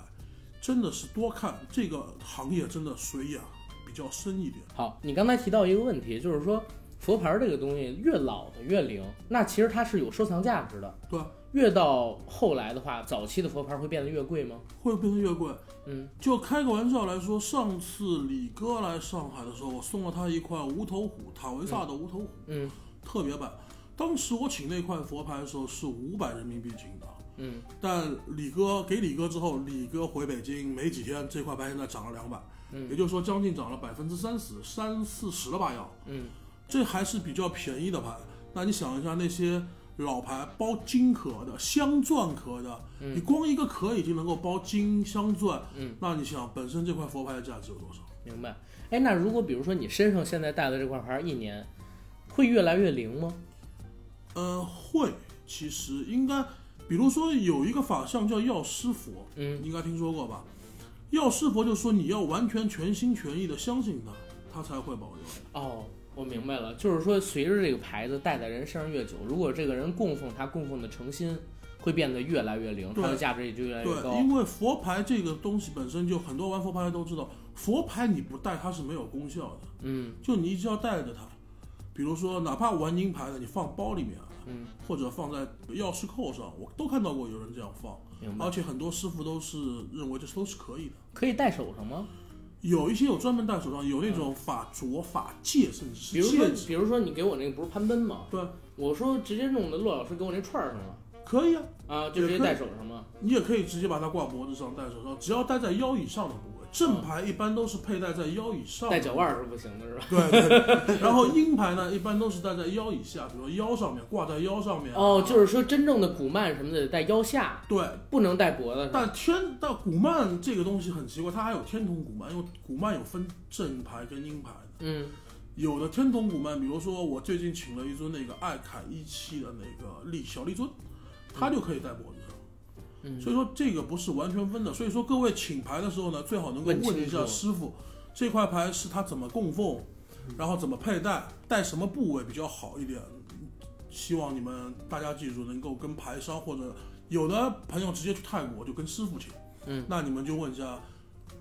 B: 真的是多看这个行业真的水养比较深一点。
A: 好，你刚才提到一个问题，就是说佛牌儿这个东西越老的越灵，那其实它是有收藏价值的。
B: 对，
A: 越到后来的话，早期的佛牌儿会变得越贵吗？
B: 会变得越贵。
A: 嗯，
B: 就开个玩笑来说，上次李哥来上海的时候，我送了他一块无头虎，塔维萨的无头虎，
A: 嗯
B: 特别版。当时我请那块佛牌的时候是五百人民币请的，
A: 嗯，
B: 但李哥给李哥之后，李哥回北京没几天，这块牌现在涨了两百，
A: 嗯
B: 也就是说将近涨了百分之三十，三四十了吧要。
A: 嗯，
B: 这还是比较便宜的牌。那你想一下那些老牌包金壳的、镶钻壳的，
A: 嗯
B: 你光一个壳已经能够包金镶钻，
A: 嗯，
B: 那你想本身这块佛牌的价值有多少？
A: 明白。哎，那如果比如说你身上现在戴的这块牌儿一年，会越来越灵吗？
B: 呃，会，其实应该，比如说有一个法相叫药师佛，
A: 嗯
B: 你应该听说过吧？药师佛就说你要完全全心全意的相信他，他才会保佑你。
A: 哦，我明白了，就是说随着这个牌子戴在人身上越久，如果这个人供奉他供奉的诚心，会变得越来越灵，它的
B: 对
A: 价值也就越来越
B: 对，
A: 哎高。
B: 因为佛牌这个东西本身就很多玩佛牌的都知道，佛牌你不戴它是没有功效的。
A: 嗯
B: 就你一直要带着它。比如说，哪怕玩银牌的，你放包里面啊，
A: 嗯，
B: 或者放在钥匙扣上，我都看到过有人这样放，
A: 明白。
B: 而且很多师傅都是认为这都是可以的。
A: 可以戴手上吗？
B: 有一些有专门戴手上，有那种法镯、法戒，甚至
A: 比如
B: 是
A: 说
B: 戒，指，
A: 比如说你给我那个不是攀奔吗？
B: 对，
A: 我说直接弄的骆老师给我那串儿上了
B: 可以啊。
A: 啊，就直接戴手上了。
B: 你也可以直接把它挂脖子上、戴手上，只要戴在腰以上的部位。正牌一般都是佩戴在腰以上的，
A: 戴脚腕儿是不行的，是吧？
B: 对。对。然后鹰牌呢，一般都是戴在腰以下，比如说腰上面挂在腰上面啊。
A: 哦，就是说真正的古曼什么的得戴腰下，
B: 对，
A: 不能戴脖子上。
B: 但天但古曼这个东西很奇怪，它还有天童古曼，因为古曼有分正牌跟阴牌的。
A: 嗯
B: 有的天童古曼，比如说我最近请了一尊那个爱凯一期的那个立小立尊，它就可以戴脖子上。
A: 嗯，
B: 所以说这个不是完全分的。所以说各位请牌的时候呢，最好能够
A: 问清
B: 问一下
A: 楚
B: 师傅，
A: 嗯
B: 这块牌是他怎么供奉，然后怎么佩戴，戴什么部位比较好一点。希望你们大家记住，能够跟牌商或者有的朋友直接去泰国就跟师傅请，
A: 嗯，
B: 那你们就问一下，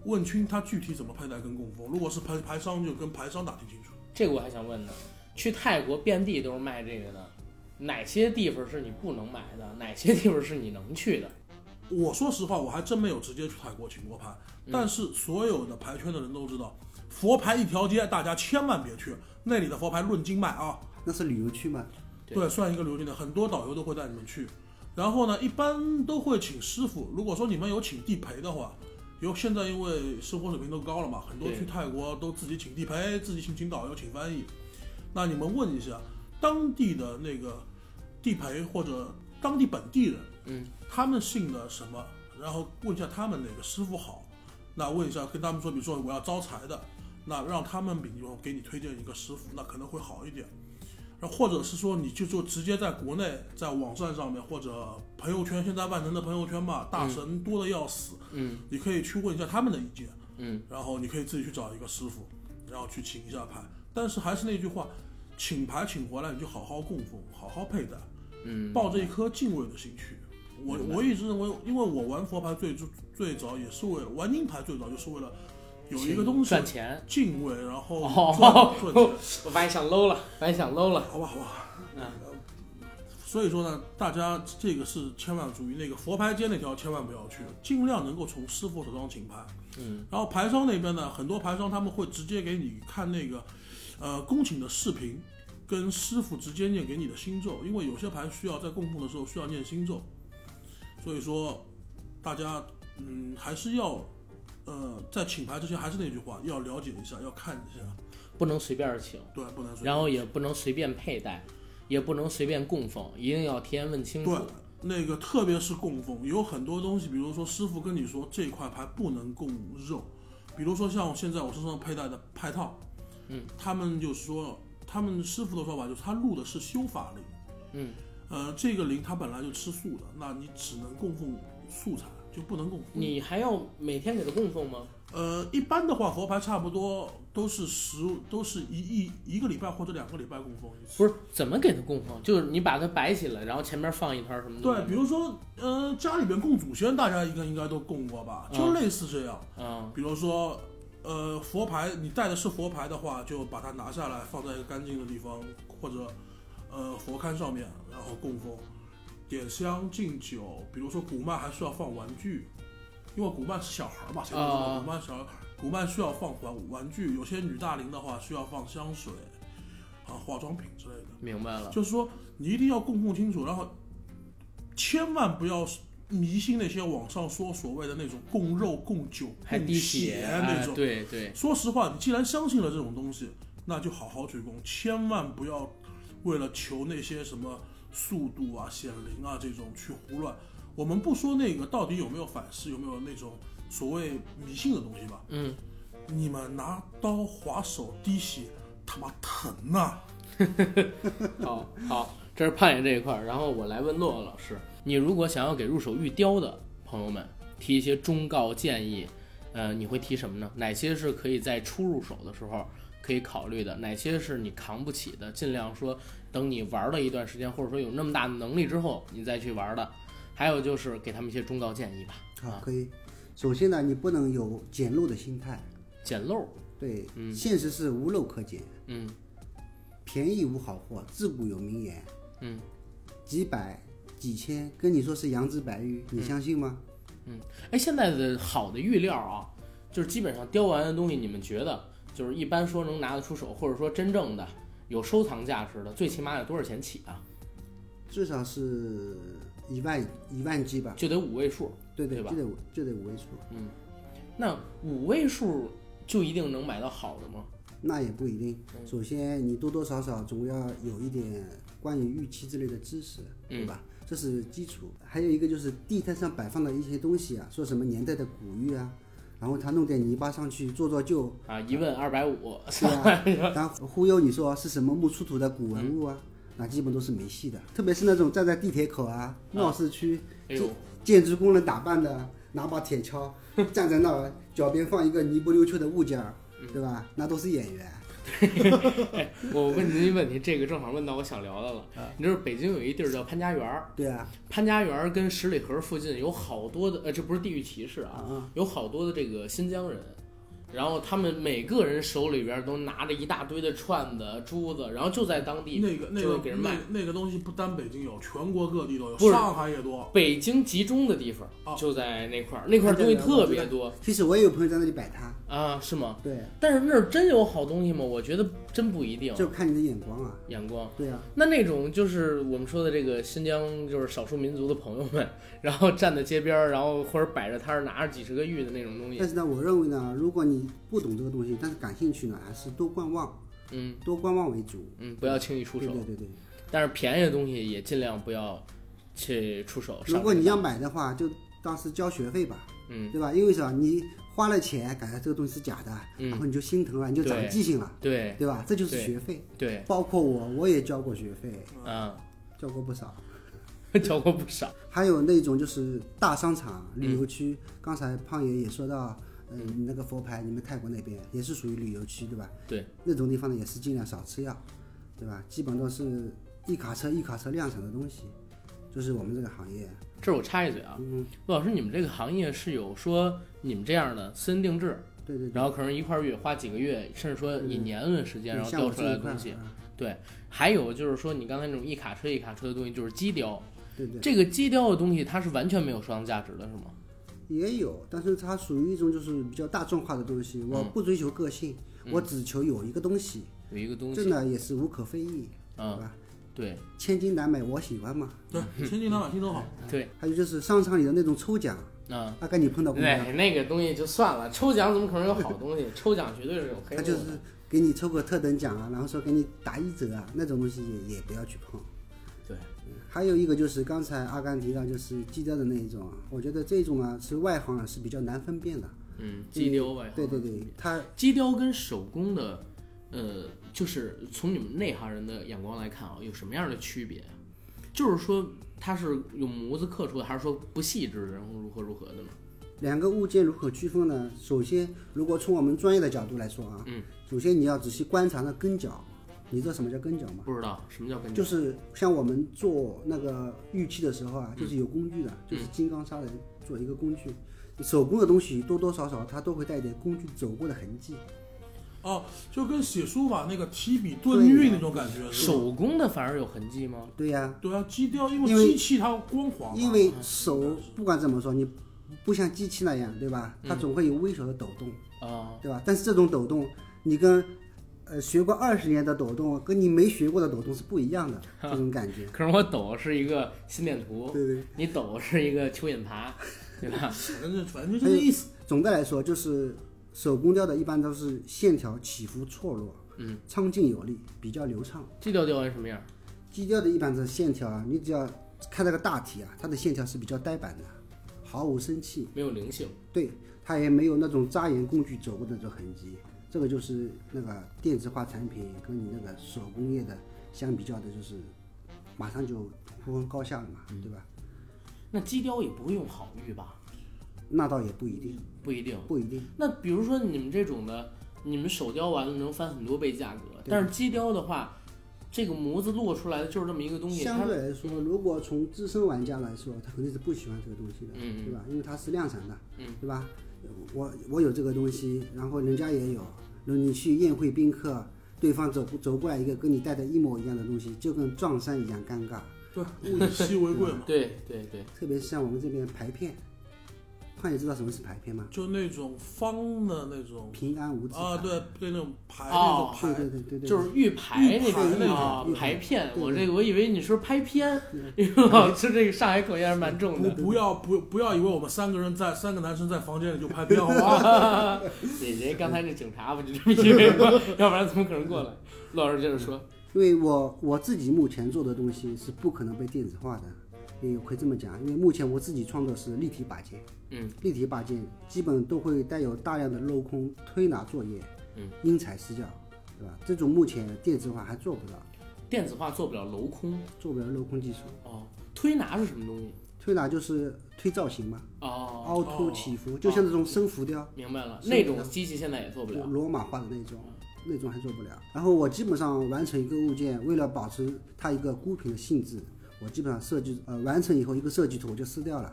B: 问清他具体怎么佩戴跟供奉。如果是牌牌商，就跟牌商打听清楚。
A: 这个我还想问呢，去泰国遍地都是卖这个的，哪些地方是你不能买的？哪些地方是你能去的？
B: 我说实话，我还真没有直接去泰国请过牌，但是所有的牌圈的人都知道，佛牌一条街，大家千万别去，那里的佛牌论斤卖啊。
C: 那是旅游区嘛，
A: 对
B: 对，算一个流程的，很多导游都会带你们去。然后呢，一般都会请师傅。如果说你们有请地陪的话，有现在因为生活水平都高了嘛，很多
A: 对
B: 去泰国都自己请地陪，自己请请导游、请翻译。那你们问一下当地的那个地陪或者当地本地人，
A: 嗯，
B: 他们信的什么，然后问一下他们哪个师傅好。那问一下，跟他们说，比如说我要招财的，那让他们比如说给你推荐一个师傅，那可能会好一点。那或者是说，你就就直接在国内，在网站上面或者朋友圈，现在万能的朋友圈吧，大神多的要死，
A: 嗯
B: 你可以去问一下他们的意见，
A: 嗯，
B: 然后你可以自己去找一个师傅，然后去请一下牌。但是还是那句话，请牌请回来，你就好好供奉，好好佩戴，
A: 嗯，
B: 抱着一颗敬畏的心去。我
A: 明白
B: 我一直认为，因为我玩佛牌最最最早也是为了玩鹰牌，最早就是为了有一个东西
A: 赚钱，
B: 敬畏，然后
A: 哦
B: 赚赚钱。
A: 我把你想 low 了，把你想 low 了，
B: 好吧，好吧。
A: 嗯
B: 所以说呢，大家这个是千万注意，那个佛牌街那条千万不要去，尽量能够从师傅手上请牌。
A: 嗯，
B: 然后牌商那边呢，很多牌商他们会直接给你看那个，呃，恭请的视频，跟师傅直接念给你的心咒，因为有些牌需要在供奉的时候需要念心咒，所以说大家嗯还是要，呃，在请牌之前还是那句话，要了解一下，要看一下，
A: 不能随便请，
B: 对，不能随便
A: 然后也不能随便佩戴，也不能随便供奉，一定要提前问清
B: 对嗯
A: 楚。，
B: 那个特别是供奉，有很多东西，比如说师傅跟你说这块牌不能供肉，比如说像我现在我身上佩戴的牌套，
A: 嗯，
B: 他们就说他们师傅的说法就是他入的是修法灵，
A: 嗯，
B: 呃，这个灵他本来就吃素的，那你只能供奉素材，就不能供奉。
A: 你还要每天给他供奉吗？
B: 呃，一般的话佛牌差不多都是十都是一一一个礼拜或者两个礼拜供奉一次。
A: 不是，怎么给他供奉？就是你把它摆起来，然后前面放一团什么东西
B: 对，比如说，呃，家里边供祖先，大家应该应该都供过吧，就
A: 嗯
B: 类似这样。
A: 嗯，
B: 比如说，呃，佛牌，你带的是佛牌的话，就把它拿下来，放在一个干净的地方，或者呃佛龛上面，然后供奉，点香敬酒。比如说古曼还需要放玩具，因为古曼是小孩儿嘛，谁都知道
A: 啊
B: 古曼小孩儿，古曼需要放玩玩具。有些女大龄的话需要放香水啊、化妆品之类的。
A: 明白了。
B: 就是说你一定要供奉清楚，然后千万不要迷信那些网上说所谓的那种供肉、供酒、
A: 还
B: 供
A: 滴
B: 血
A: 血
B: 那
A: 哎
B: 种。
A: 对对，
B: 说实话，你既然相信了这种东西，那就好好去供，千万不要为了求那些什么速度啊、显灵啊这种去胡乱。我们不说那个到底有没有反噬，有没有那种所谓迷信的东西吧，
A: 嗯，
B: 你们拿刀划手滴血，他妈疼啊呐、
A: 好哦好，这是攀岩这一块儿，然后我来问洛洛老师，你如果想要给入手玉雕的朋友们提一些忠告建议，呃，你会提什么呢？哪些是可以在初入手的时候可以考虑的？哪些是你扛不起的？尽量说等你玩了一段时间，或者说有那么大的能力之后，你再去玩的。还有就是给他们一些忠告建议吧，
C: 好，可以。首先呢，你不能有捡漏的心态，
A: 捡漏儿，
C: 对，
A: 嗯
C: 现实是无漏可捡，
A: 嗯
C: 便宜无好货，自古有名言，
A: 嗯，
C: 几百几千，跟你说是羊脂白玉，
A: 嗯
C: 你相信吗？
A: 哎，现在的好的玉料啊，就是基本上雕完的东西，你们觉得就是一般说能拿得出手，或者说真正的有收藏价值的，最起码得多少钱起啊？
C: 至少是一万一万几吧，
A: 就得五位数。
C: 对对，
A: 对吧
C: 就得五就得五位数，
A: 那五位数就一定能买到好的吗？
C: 那也不一定。
A: 嗯
C: 首先，你多多少少总要有一点关于玉器之类的知识，
A: 嗯
C: 对吧？这是基础。还有一个就是地摊上摆放的一些东西啊，说什么年代的古玉啊，然后他弄点泥巴上去做 做旧，
A: 啊，一问二百五，
C: 嗯是啊，然后忽悠你说是什么木出土的古文物啊，那基本都是没戏的。特别是那种站在地铁口啊、闹市区，
A: 哎呦，
C: 建筑工人打扮的，拿把铁锹站在那儿，脚边放一个泥不溜秋的物件儿，对吧？那都是演员。
A: 我问您一问题，这个正好问到我想聊的了。
C: 啊
A: 你知道北京有一地儿叫潘家园儿，
C: 对啊，
A: 潘家园儿跟十里河附近有好多的，呃，这不是地域歧视啊，
C: 啊，
A: 有好多的这个新疆人，然后他们每个人手里边都拿着一大堆的串子、珠子，然后就在当地，
B: 那个那
A: 就
B: 个
A: 是给人
B: 那
A: 卖
B: 个那个东西不单北京有，全国各地都有，
A: 不是
B: 上海也多。
A: 北京集中的地方
B: 哦
A: 就在那块儿，那
C: 哦
A: 块儿东西特别多
C: 其实我也有朋友在那里摆摊，
A: 啊，是吗？
C: 对，
A: 但是那儿真有好东西吗？我觉得真不一定。
C: 就看你的眼光啊。
A: 眼光，
C: 对啊，
A: 那那种就是我们说的这个新疆就是少数民族的朋友们， 然后站在街边儿，然后或者摆着摊儿拿着几十个玉的那种东西
C: 但，是呢，我认为呢，如果你不懂这个东西，但是感兴趣呢，还是多观望，
A: 嗯
C: 多观望为主。
A: 嗯，不要轻易出
C: 对
A: 手。
C: 对对对，
A: 但是便宜的东西也尽量不要去出手。
C: 如果你
A: 上
C: 要买的话，就当是交学费吧，
A: 这个嗯，
C: 对吧？因为啥？你花了钱，感觉这个东西是假的，
A: 嗯
C: 然后你就心疼了，你就长
A: 对
C: 记性了，
A: 对
C: 对吧？这就是
A: 对
C: 学费。
A: 对，
C: 包括我，我也交过学费，
A: 嗯，
C: 交过不少。
A: 交过不少。
C: 还有那种就是大商场、旅
A: 嗯
C: 游区，刚才胖爷也说到，嗯、你那个佛牌，你们泰国那边也是属于旅游区，对吧？
A: 对，
C: 那种地方呢也是尽量少吃药，对吧？基本都是一卡车一卡车量产的东西，就是我们这个行业，
A: 这儿我插一嘴啊，
C: 嗯，
A: 陆老师，你们这个行业是有说你们这样的私人定制，
C: 对对对，
A: 然后可能一块玉花几个月，甚至说以年论时间，然后
C: 像
A: 雕
C: 我
A: 出
C: 这
A: 来的
C: 一块
A: 东
C: 儿
A: 西。
C: 啊，
A: 还有就是说，你刚才那种一卡车一卡车的东西，就是机雕。
C: 对对，
A: 这个机雕的东西，它是完全没有收藏价值的，是吗？
C: 也有，但是它属于一种就是比较大众化的东西，我
A: 嗯
C: 不追求个性，
A: 嗯
C: 我只求有一个东西，
A: 有一个东
C: 这
A: 西，
C: 呢也是无可非议，对
A: 嗯，
C: 吧？
A: 对
C: 千金难买我喜欢嘛。
B: 对，千金难买心头好。
A: 对，
C: 还有就是商场里的那种抽奖，
A: 嗯。
C: 大概啊你碰到过没有？
A: 对，那个东西就算了，抽奖怎么可能有好东西？ 抽奖绝对是有黑
C: 他
A: 幕
C: 就是
A: 的。
C: 给你抽个特等奖啊，然后说给你打一折啊，那种东西也也不要去碰。
A: 对
C: 嗯，还有一个就是刚才阿甘提到，就是基调的那一种啊，我觉得这种啊是外行啊是比较难分辨的。
A: 嗯，机雕呗。
C: 对对对，它
A: 机雕跟手工的，呃，就是从你们内行人的眼光来看啊，有什么样的区别？啊就是说它是用模子刻出的，还是说不细致，然后如何如何的呢？
C: 两个物件如何区分呢？首先，如果从我们专业的角度来说啊，
A: 嗯，
C: 首先你要仔细观察那跟脚，你知道什么叫跟脚吗？
A: 不知道什么叫跟
C: 就
A: 脚。
C: 是像我们做那个玉器的时候啊，就是有工具的，就是金刚砂来做一个工具。手工的东西多多少少它都会带一点工具走过的痕迹，
B: 哦，就跟写书法那个提笔顿韵
C: 对
B: 那种感觉。是吧
A: 手工的反而有痕迹吗？
C: 对呀、
B: 对啊，基调因为
C: 因为
B: 机器它光滑嘛。
C: 因为手不管怎么说，你不像机器那样，对吧？它总会有微小的抖动，
A: 啊、
C: 对吧？但是这种抖动，你跟呃学过二十年的抖动，跟你没学过的抖动是不一样的，这种感觉。
A: 可是我抖是一个心电图，
C: 对对，
A: 你抖是一个蚯蚓爬，对吧？
B: 反正就反正就这个意思。
C: 总的来说就是手工雕的，一般都是线条起伏错落，
A: 嗯，
C: 苍劲有力，比较流畅。
A: 机雕雕完什么样？
C: 基调的一般是线条啊，你只要看那个大体啊，它的线条是比较呆板的，毫无生气，
A: 没有灵性。
C: 对，它也没有那种扎眼工具走过的那种痕迹。这个就是那个电子化产品跟你那个手工业的相比较的，就是马上就不分高下了嘛，
B: 嗯
C: 对吧？
A: 那机雕也不会用好玉吧？
C: 那倒也不一定，
A: 不一定。
C: 不一定。
A: 那比如说你们这种的，你们手雕完了能翻很多倍价格，
C: 对
A: 但是机雕的话，这个模子落出来的就是这么一个东西，
C: 相
A: 它
C: 对来说，如果从资深玩家来说，他肯定是不喜欢这个东西的，
A: 嗯
C: 对吧？因为它是量产的，
A: 嗯
C: 对吧？我我有这个东西，然后人家也有，然后你去宴会宾客，对方走走过来一个跟你带的一模一样的东西，就跟撞衫一样尴尬。
B: 对，物以稀为贵嘛。
A: 对对对，
C: 特别是像我们这边牌片，胖姐知道什么是牌片吗？
B: 就那种方的那种
C: 平安无字
B: 啊，
C: 牌，
B: 对对，那种牌那
A: 哦
B: 种牌，
C: 对对对对对，
A: 就是玉牌那
B: 玉牌
A: 种啊
C: 玉，
A: 牌
C: 牌
A: 片。
C: 对
A: 我这个我以为你说拍 片，
C: 嗯
A: 因为我就这个上海口音还是蛮重
B: 不
A: 的。
B: 不要不不要以为我们三个人在三个男生在房间里就拍片好吗？
A: 你人刚才那警察不就这么以为吗？ 要不然怎么可能过来？陆老师接着说，
C: 因为我我自己目前做的东西是不可能被电子化的，也可以这么讲，因为目前我自己创作是立体把件，
A: 嗯，
C: 立体把件基本都会带有大量的镂空、推拿作业，
A: 嗯，
C: 因材施教，对吧？这种目前电子化还做不到，
A: 电子化做不了镂空
C: 做不了镂空技术，
A: 哦，推拿是什么东西？
C: 推拿就是推造型嘛，
A: 哦，
C: 凹凸起伏，就像这种生浮雕。
A: 明白了，
C: 是
A: 那种机器现在也做不了。
C: 罗马化的那种，那种还做不了。然后我基本上完成一个物件，为了保持它一个孤品的性质，我基本上设计呃完成以后一个设计图我就撕掉了，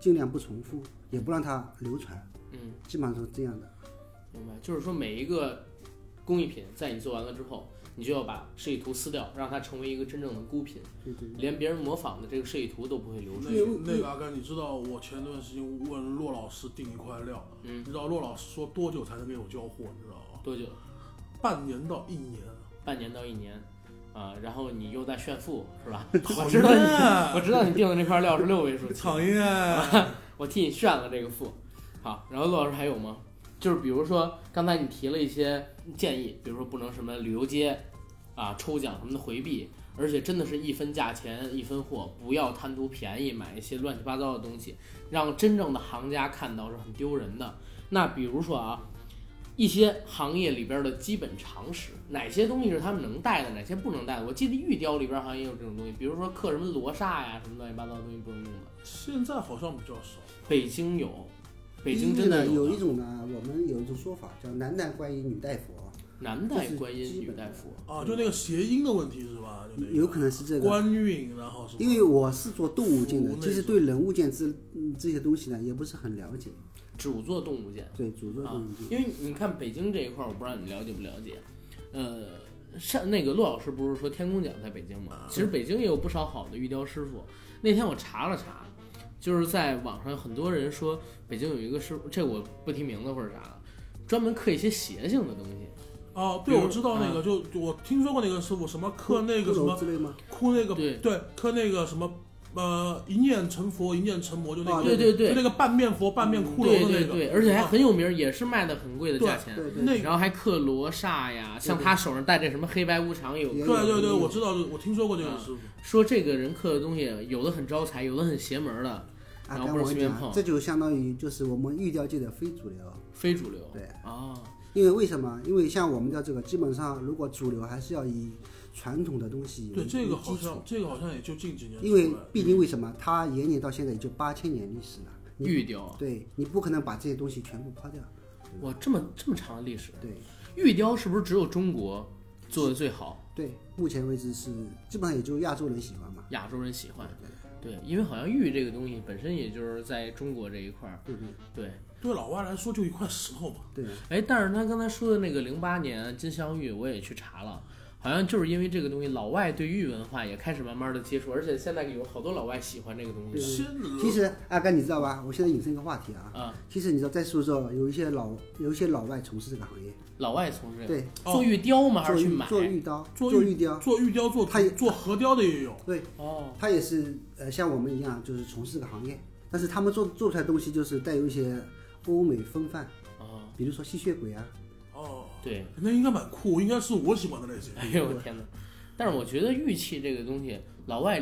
C: 尽量不重复，也不让它流传，
A: 嗯，
C: 基本上是这样的。
A: 明白，就是说每一个工艺品在你做完了之后，你就要把设计图撕掉，让它成为一个真正的孤品，
C: 对对对，
A: 连别人模仿的这个设计图都不会流出
B: 那
A: 去。
B: 个那个阿甘，你知道我前段时间问骆老师订一块料，
A: 嗯
B: 你知道骆老师说多久才能给我交货，你知道吗？
A: 多久？
B: 半年到一年，
A: 半年到一年，啊、然后你又在炫富是吧？
B: 讨
A: 我知道你，我
B: 厌，
A: 知道你订的这块料是六位数，
B: 讨厌。
A: 我替你炫了这个富。好，然后陆老师还有吗？就是比如说刚才你提了一些建议，比如说不能什么旅游街啊、抽奖什么的回避，而且真的是一分价钱一分货，不要贪图便宜买一些乱七八糟的东西，让真正的行家看到是很丢人的。那比如说啊，一些行业里边的基本常识，哪些东西是他们能带的，哪些不能带的。我记得玉雕里边好像也有这种东西，比如说刻什么罗刹呀、什么乱七八糟的东西不能用的。
B: 现在好像比较少，
A: 北京有，北京真的
C: 呢嗯有
A: 的
C: 一种呢，我们有一种说法叫男戴观音，女戴佛，
A: 男戴观音，女嗯戴佛。
B: 啊，就那个谐音的问题是吧？就那个
C: 有可能是这个。
B: 官运，然后什么？
C: 因为我是做动物件
B: 服
A: 哦
C: 的
B: 务，那
C: 其实
B: 种
C: 对人物件这嗯这些东西呢，也不是很了解。
A: 主做动物件
C: 对，主做
A: 啊
C: 动物件，
A: 因为你看北京这一块儿，我不知道你了解不了解。呃，上那个骆老师不是说天工奖在北京
B: 啊
A: 吗？其实北京也有不少好的玉雕师傅。那天我查了查，就是在网上很多人说北京有一个师傅，这我不提名字或者啥了，专门刻一些邪性的东西。
B: 啊，
A: 比
B: 对，
A: 如
B: 我知道那个，就就我听说过那个师傅，什么刻那个什
C: 骷髅
B: 么
C: 之类吗？
B: 哭那个，
A: 对
B: 刻那个什么。呃，一念成佛，一念成魔，就那
C: 啊
B: 个，
A: 对对对
B: 就那个半面佛、半面骷
A: 对
B: 髅的
A: 对
B: 那个，
A: 对，而且还
B: 啊
A: 很有名儿，也是卖的很贵的价钱。
C: 对对
B: 那个，
A: 然后还刻罗刹呀，像
C: 对
A: 他手上戴这什么黑白无常有
C: 也
B: 对
C: 有
B: 对对，
C: 有
B: 我知道这个，我听说过这个师傅。
A: 说这个人刻的东西，有的很招财，有的很邪门的，
C: 啊，
A: 然后不
C: 刚
A: 能
C: 我
A: 随便碰
C: 讲，这就相当于就是我们玉雕界的非主流。
A: 非主流。
C: 对
A: 啊，
C: 因为为什么？因为像我们的这个，基本上如果主流还是要以传统的东西为
B: 对，这个
C: 为
B: 好
A: 嗯
C: 基础
B: 像，，这个好像也就近几年
C: 因
B: 出
C: 为
B: 来。
C: 毕竟为什么它延年到现在也就八千年历史了，你
A: 玉雕，
C: 对你不可能把这些东西全部抛掉。
A: 哇，这么这么长的历史，
C: 对
A: 玉雕是不是只有中国做的最好，
C: 对，目前为止是基本上也就亚洲人喜欢嘛。
A: 亚洲人喜
B: 啊
A: 欢？
C: 对
A: 对，因为好像玉这个东西本身也就是在中国这一块儿，
C: 对对
A: 对，
B: 对老外来说，就一块石头嘛。
C: 对，
A: 哎，但是他刚才说的那个零八年金镶玉，我也去查了，好像就是因为这个东西，老外对玉文化也开始慢慢的接触，而且现在有好多老外喜欢这个东西
C: 对
B: 先
C: 其实阿甘你知道吧？我现在引申一个话题啊，
A: 啊，
C: 其实你知道在苏州有一些老有一些老外从事这个行业，
A: 老外从事这个
C: 对，
B: 哦
A: 做玉雕吗？还
C: 做
A: 是去
C: 玉
A: 买？
C: 做玉刀
B: 做
C: 做
B: 玉
C: 玉雕，
B: 啊做玉雕、做
C: 他也
B: 做河雕的也有。
C: 对
A: 哦，
C: 他也是呃像我们一样就是从事这个行业，但是他们做做出来的东西就是带有一些欧美风范，
A: 哦，
C: 比如说吸血鬼啊，
B: 哦，
A: 对，
B: 那应该蛮酷，应该是我喜欢的类型。
A: 哎呦我天哪！但是我觉得玉器这个东西，老外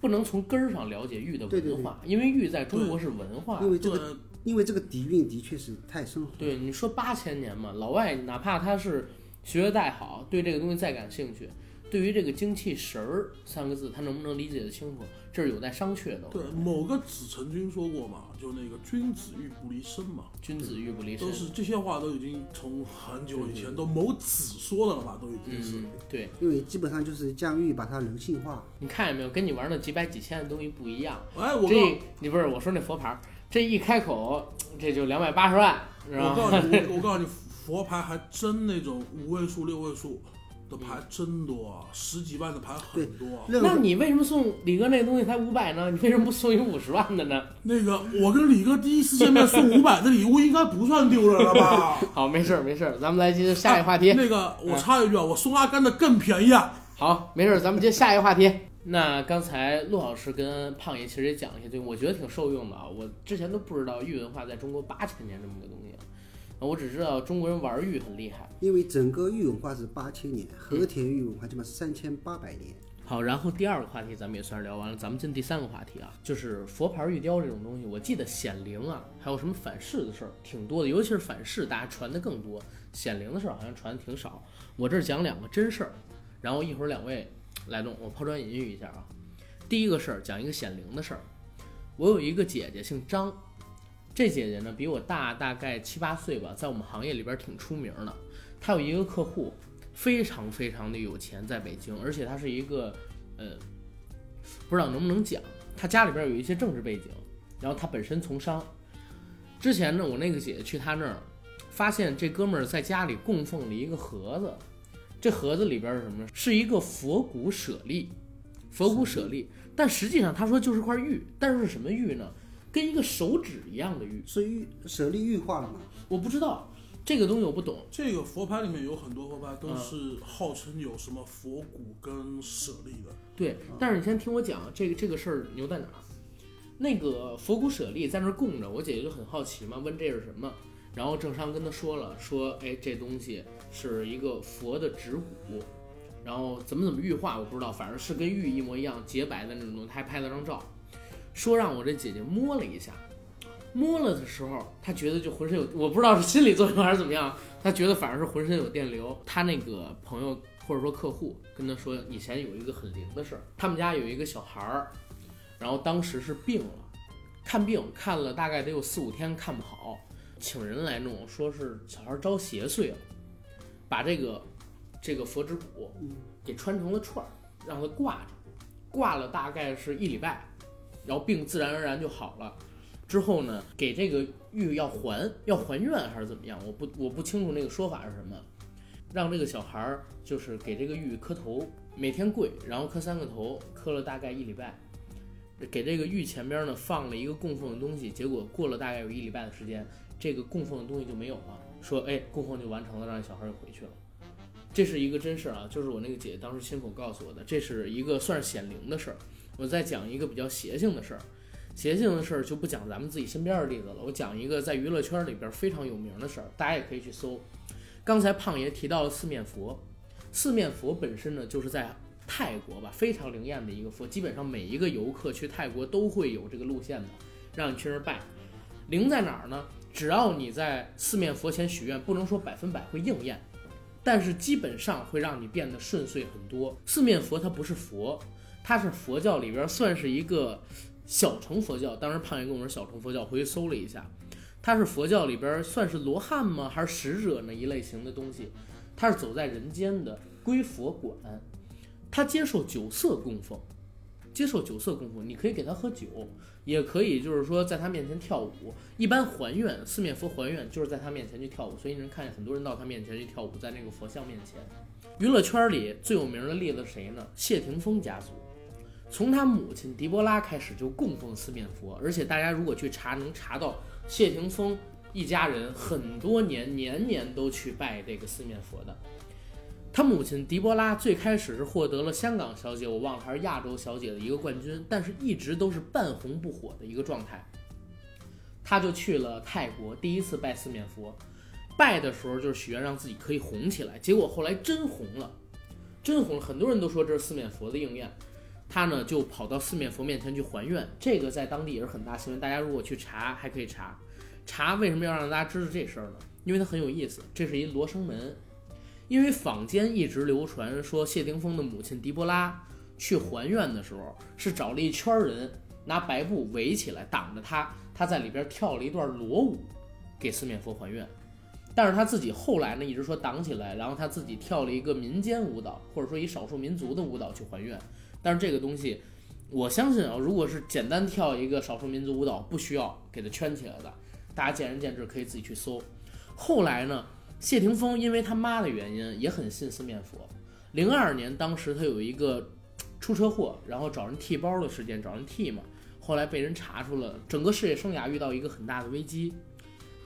A: 不能从根儿上了解玉的
C: 对对
A: 文化，因为玉在中国是文化。
C: 因为这
B: 对
C: 个因为这个底蕴的确是太深厚。
A: 对，你说八千年嘛，老外哪怕他是学得再好，对这个东西再感兴趣，对于这个精气神儿三个字，他能不能理解得清楚，这是有待商榷的。
B: 对，某个子曾经说过嘛，就那个君子玉不离身嘛，
A: 君子玉不离身嗯
B: 都。是这些话都已经从很久以前都某子说的了嘛，都已经是。
A: 嗯，对，
C: 因为基本上就是将玉把它柔性化，
A: 你看见没有？跟你玩那几百几千的东西不一样。
B: 哎，我告
A: 这你不是我说那佛牌儿，这一开口这就两百八十万，是吧？
B: 我告 诉你，我告诉你，佛牌还真那种五位数、六位数的牌
A: 嗯
B: 真多啊，十几万的牌很多啊。
C: 任
A: 哦那
C: 何
A: 你为什么送李哥那个东西才五百呢？你为什么不送一五十万的呢？
B: 那个，我跟李哥第一次见面送五百的礼物，应该不算丢人了 吧？
A: 好，没事儿没事儿，咱们来接下一话题。
B: 那个，我插一句啊，我送阿甘的更便宜啊。
A: 好，没事儿，咱们接下一话题。那刚才陆老师跟胖爷其实也讲了一些东西，我觉得挺受用的啊。我之前都不知道玉文化在中国八千年这么个东西啊，我只知道中国人玩玉很厉害。
C: 因为整个玉文化是八千
A: 嗯
C: 年，和田玉文化基本上三千八百年。
A: 好，然后第二个话题咱们也算是聊完了，咱们进第三个话题啊，就是佛牌玉雕这种东西。我记得显灵啊，还有什么反噬的事儿挺多的，尤其是反噬，大家传的更多，显灵的事儿好像传的挺少。我这儿讲两个真事儿，然后一会儿两位来弄，我抛砖引玉一下啊。第一个事儿讲一个显灵的事儿，我有一个姐姐姓张，这姐姐呢比我大大概七八岁吧，在我们行业里边儿挺出名的。她有一个客户非常非常的有钱，在北京，而且她是一个。呃，不知道能不能讲，他家里边有一些政治背景，然后他本身从商。之前呢，我那个姐姐去他那儿发现这哥们儿在家里供奉了一个盒子，这盒子里边是什么？是一个佛骨舍利，佛骨舍利。但实际上他说就是块玉，但是什么玉呢？跟一个手指一样的玉，
C: 是玉舍利玉化了嘛？
A: 我不知道这个东西我不懂。
B: 这个佛牌里面有很多佛牌都
A: 嗯
B: 是号称有什么佛骨跟舍利的，
A: 对，但是你先听我讲这个这个事儿牛在哪儿？那个佛骨舍利在那儿供着，我姐姐就很好奇嘛，问这是什么？然后郑商跟她说了，说哎这东西是一个佛的指骨，然后怎么怎么玉化我不知道，反正是跟玉一模一样洁白的那种东西，她还拍了张照，说让我这姐姐摸了一下。摸了的时候，她觉得就浑身有，我不知道是心理作用还是怎么样，她觉得反而是浑身有电流。她那个朋友或者说客户跟他说，以前有一个很灵的事儿，他们家有一个小孩儿，然后当时是病了，看病看了大概得有四五天看不好，请人来弄，说是小孩儿招邪祟了，把这个这个佛指骨给穿成了串儿，让他挂着，挂了大概是一礼拜，然后病自然而然就好了。之后呢，给这个玉要还要还愿还是怎么样？我不我不清楚那个说法是什么，让这个小孩儿就是给这个玉磕头，每天跪，然后磕三个头，磕了大概一礼拜。给这个玉前边呢放了一个供奉的东西，结果过了大概有一礼拜的时间，这个供奉的东西就没有了。说，哎，供奉就完成了，让小孩儿就回去了。这是一个真事儿啊，就是我那个姐姐当时亲口告诉我的，这是一个算是显灵的事儿。我再讲一个比较邪性的事儿，邪性的事儿就不讲咱们自己身边的例子了，我讲一个在娱乐圈里边非常有名的事儿，大家也可以去搜。刚才胖爷提到了四面佛，四面佛本身呢，就是在泰国吧，非常灵验的一个佛，基本上每一个游客去泰国都会有这个路线的，让你去那儿拜。灵在哪儿呢？只要你在四面佛前许愿，不能说百分百会应验，但是基本上会让你变得顺遂很多。四面佛它不是佛，它是佛教里边算是一个小乘佛教。当时胖爷跟我说小乘佛教，回去搜了一下，它是佛教里边算是罗汉吗？还是使者呢一类型的东西？它是走在人间的，归佛管。他接受酒色供奉，接受酒色供奉，你可以给他喝酒，也可以就是说在他面前跳舞。一般还愿四面佛还愿就是在他面前去跳舞，所以你能看见很多人到他面前去跳舞，在那个佛像面前。娱乐圈里最有名的例子谁呢？谢霆锋家族，从他母亲狄波拉开始就供奉四面佛，而且大家如果去查，能查到谢霆锋一家人很多年年年都去拜这个四面佛的。他母亲狄波拉最开始是获得了香港小姐，我忘了还是亚洲小姐的一个冠军，但是一直都是半红不火的一个状态。他就去了泰国，第一次拜四面佛，拜的时候就是许愿让自己可以红起来，结果后来真红了，真红了，很多人都说这是四面佛的应验。他呢就跑到四面佛面前去还愿，这个在当地也是很大新闻，大家如果去查还可以查。查为什么要让大家知道这事儿呢？因为它很有意思，这是一罗生门。因为坊间一直流传说谢霆锋的母亲狄波拉去还愿的时候，是找了一圈人拿白布围起来挡着他，他在里边跳了一段裸舞，给四面佛还愿。但是他自己后来呢，一直说挡起来，然后他自己跳了一个民间舞蹈，或者说以少数民族的舞蹈去还愿。但是这个东西，我相信啊，如果是简单跳一个少数民族舞蹈，不需要给它圈起来的，大家见仁见智，可以自己去搜。后来呢，谢霆锋因为他妈的原因也很信四面佛。零二年当时他有一个出车祸，然后找人替包的事件，找人替嘛，后来被人查出了，整个事业生涯遇到一个很大的危机。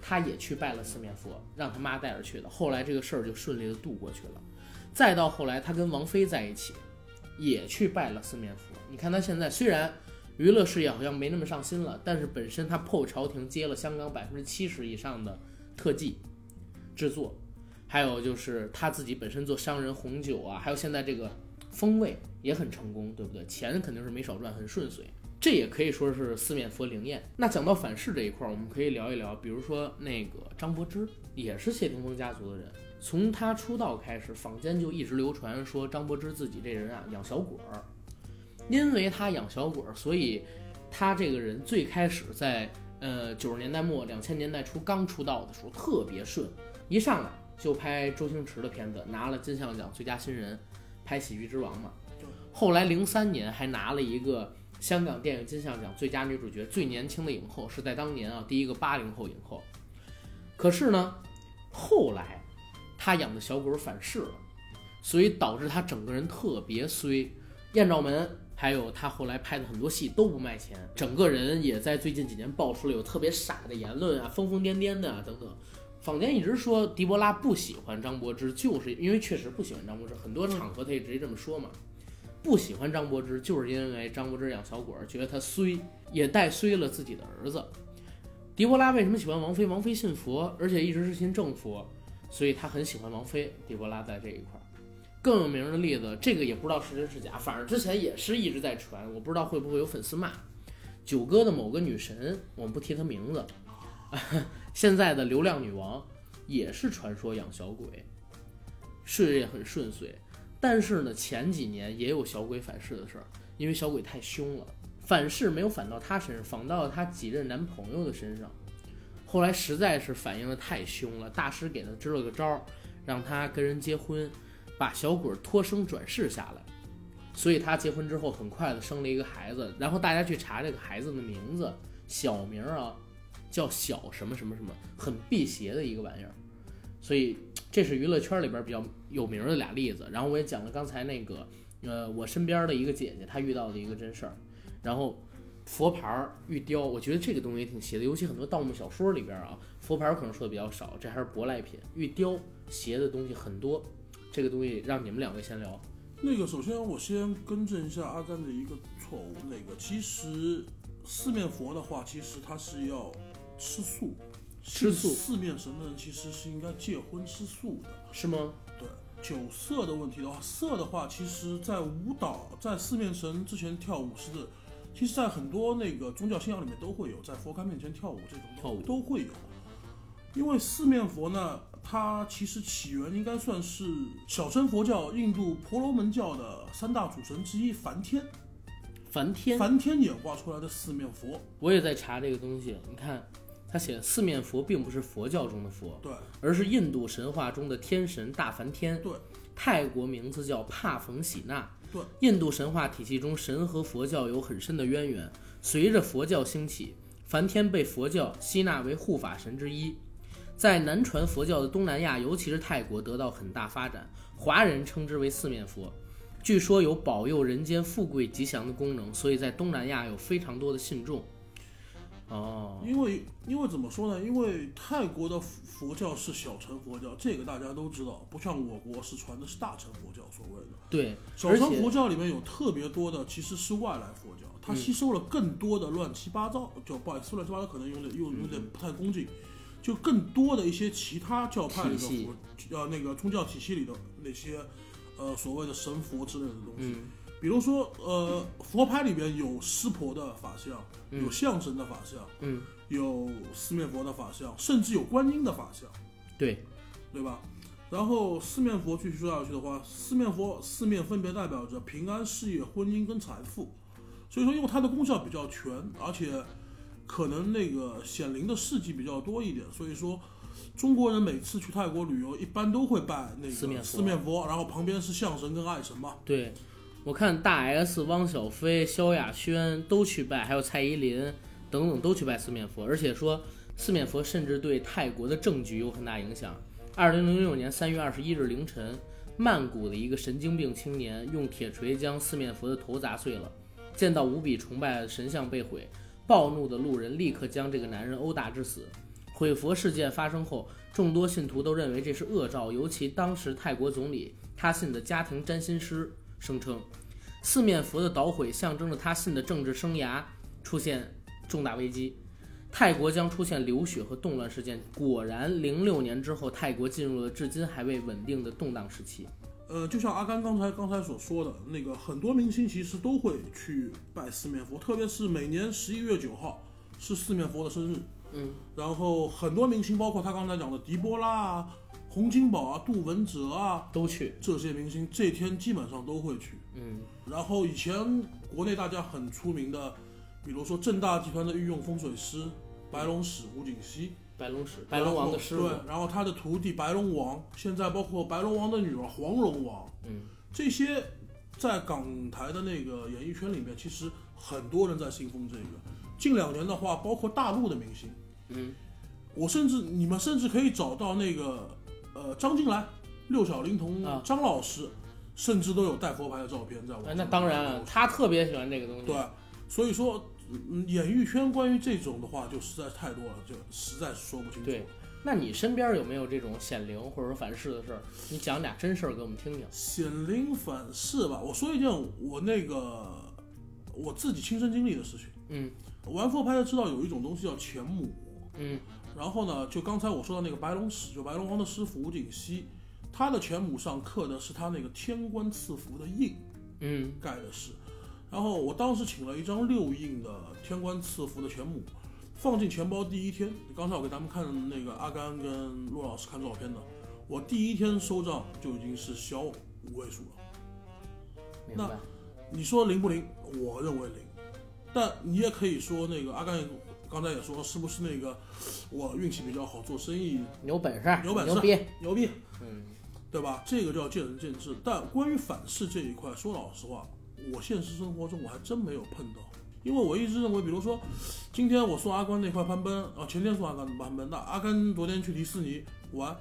A: 他也去拜了四面佛，让他妈带着去的。后来这个事儿就顺利的度过去了。再到后来，他跟王菲在一起，也去拜了四面佛。你看他现在虽然娱乐事业好像没那么上心了，但是本身他破朝廷接了香港百分之七十以上的特技制作，还有就是他自己本身做商人红酒啊，还有现在这个风味也很成功，对不对？钱肯定是没少赚，很顺遂。这也可以说是四面佛灵验。那讲到反噬这一块儿，我们可以聊一聊，比如说那个张柏芝，也是谢霆锋家族的人。从他出道开始，坊间就一直流传说张柏芝自己这人啊养小鬼儿，因为他养小鬼儿，所以他这个人最开始在呃九十年代末两千年代初刚出道的时候特别顺，一上来就拍周星驰的片子，拿了金像奖最佳新人，拍《喜剧之王》嘛。后来零三年还拿了一个香港电影金像奖最佳女主角，最年轻的影后是在当年啊第一个八零后影后。可是呢，后来他养的小狗反噬了，所以导致他整个人特别衰。艳照门还有他后来拍的很多戏都不卖钱，整个人也在最近几年爆出了有特别傻的言论啊，疯疯癫癫的啊等等。坊间一直说狄波拉不喜欢张柏芝，就是因为确实不喜欢张柏芝，很多场合他也直接这么说嘛。不喜欢张柏芝，就是因为张柏芝养小鬼儿，觉得他衰，也带衰了自己的儿子。狄波拉为什么喜欢王菲？王菲信佛，而且一直是信正佛，所以他很喜欢王菲。狄波拉在这一块儿，更有名的例子，这个也不知道是真是假，反正之前也是一直在传，我不知道会不会有粉丝骂九哥的某个女神，我们不提她名字， 现在的流量女王也是传说养小鬼，事业很顺遂，但是呢，前几年也有小鬼反噬的事儿，因为小鬼太凶了，反噬没有反到她身上，反到了她几任男朋友的身上。后来实在是反应的太凶了，大师给她支了个招儿，让她跟人结婚，把小鬼托生转世下来。所以她结婚之后，很快的生了一个孩子，然后大家去查这个孩子的名字，小名儿啊，叫小什么什么什么，很辟邪的一个玩意儿。所以这是娱乐圈里边比较有名的俩例子。然后我也讲了刚才那个，呃，我身边的一个姐姐她遇到的一个真事儿，然后佛牌儿玉雕，我觉得这个东西也挺邪的，尤其很多盗墓小说里边啊，佛牌儿可能说的比较少，这还是舶来品，玉雕邪的东西很多。这个东西让你们两位先聊，
B: 那个，首先我先更正一下阿甘的一个错误。那个，其实四面佛的话，其实他是要吃素。
A: 吃素
B: 信四面神的人其实是应该戒荤吃素的。
A: 是吗？
B: 对，酒色的问题的话，色的话，其实在舞蹈，在四面神之前跳舞是，其实，在很多那个宗教信仰里面都会有，在佛龛面前跳舞这种
A: 跳舞
B: 都会有。因为四面佛呢，它其实起源应该算是小乘佛教、印度婆罗门教的三大主神之一梵天，
A: 梵天，
B: 梵天演化出来的四面佛。
A: 我也在查这个东西，你看。他写四面佛并不是佛教中的佛，
B: 对，
A: 而是印度神话中的天神大梵天。
B: 对，
A: 泰国名字叫帕冯喜纳。
B: 对，
A: 印度神话体系中，神和佛教有很深的渊源。随着佛教兴起，梵天被佛教吸纳为护法神之一，在南传佛教的东南亚，尤其是泰国得到很大发展。华人称之为四面佛，据说有保佑人间富贵吉祥的功能，所以在东南亚有非常多的信众。哦，
B: 因为因为怎么说呢？因为泰国的佛教是小乘佛教，这个大家都知道，不像我国是传的是大乘佛教所谓的。
A: 对，
B: 小
A: 而
B: 乘
A: 且嗯
B: 佛教里面有特别多的其实是外来佛教，它吸收了更多的乱七八糟，就不好意思，乱七八糟可能有点又有点不太恭敬，就更多的一些其他教派里的
A: 体系
B: 佛呃那个宗教体系里的那些呃所谓的神佛之类的东西。
A: 嗯。
B: 比如说，呃，佛牌里面有湿婆的法像，有象神的法像，
A: 嗯，
B: 有四面佛的法像，甚至有观音的法像，
A: 对，
B: 对吧？然后四面佛继续说下去的话，四面佛四面分别代表着平安、事业、婚姻跟财富，所以说因为它的功效比较全，而且可能那个显灵的事迹比较多一点，所以说中国人每次去泰国旅游，一般都会拜那个
A: 四面佛
B: 佛然后旁边是象神跟爱神嘛，
A: 对，我看大 S、汪小菲、萧亚轩都去拜，还有蔡依林等等都去拜四面佛，而且说四面佛甚至对泰国的政局有很大影响。二零零六年三月二十一日凌晨，曼谷的一个神经病青年用铁锤将四面佛的头砸碎了，见到无比崇拜的神像被毁，暴怒的路人立刻将这个男人殴打致死。毁佛事件发生后，众多信徒都认为这是恶兆，尤其当时泰国总理他信的家庭占星师声称，四面佛的捣毁象征着他信的政治生涯出现重大危机，泰国将出现流血和动乱事件。果然，零六年之后，泰国进入了至今还未稳定的动荡时期。
B: 呃，就像阿甘刚才刚才所说的那个，很多明星其实都会去拜四面佛，特别是每年十一月九号是四面佛的生日。
A: 嗯，
B: 然后很多明星，包括他刚才讲的狄波拉啊、洪金宝啊、杜汶泽啊
A: 都去，
B: 这些明星，这天基本上都会去。
A: 嗯，
B: 然后以前国内大家很出名的，比如说正大集团的御用风水师白龙史胡锦熙，
A: 白龙使白龙王的师
B: 然
A: 傅
B: 后，对，然后他的徒弟白龙王，现在包括白龙王的女儿黄龙王，
A: 嗯，
B: 这些在港台的那个演艺圈里面，其实很多人在信奉这个。近两年的话，包括大陆的明星，
A: 嗯，
B: 我甚至你们甚至可以找到那个呃张金兰、六小龄童、
A: 啊
B: 张老师，甚至都有带佛牌的照片在网
A: 哎
B: 上。
A: 那当然了，他特别喜欢这个东西。
B: 对，所以说，嗯，演艺圈关于这种的话就实在太多了，就实在是说不清楚。
A: 对那你身边有没有这种显灵或者说反噬的事儿？你讲俩真事儿给我们听听。
B: 显灵反噬吧，我说一件我那个我自己亲身经历的事情。
A: 嗯
B: 玩佛牌的知道有一种东西叫钱母，
A: 嗯
B: 然后呢，就刚才我说到那个白龙使，就白龙皇的师傅吴景熙，他的钱母上刻的是他那个天官赐福的印，
A: 嗯
B: 盖的是。然后我当时请了一张六印的天官赐福的钱母，放进钱包第一天，刚才我给咱们看那个阿甘跟陆老师看照片的，我第一天收账就已经是小五位数了。
A: 嗯明白。
B: 你说灵不灵？我认为灵，但你也可以说那个阿甘刚才也说是不是那个我运气比较好，做生意
A: 你有本事，
B: 有本事
A: 牛逼。
B: 牛逼，
A: 嗯
B: 对吧？这个叫见仁见智。但关于反噬这一块，说老实话，我现实生活中我还真没有碰到，因为我一直认为，比如说，今天我送阿甘那块攀奔，啊，前天送阿甘攀奔，那阿甘昨天去迪士尼玩，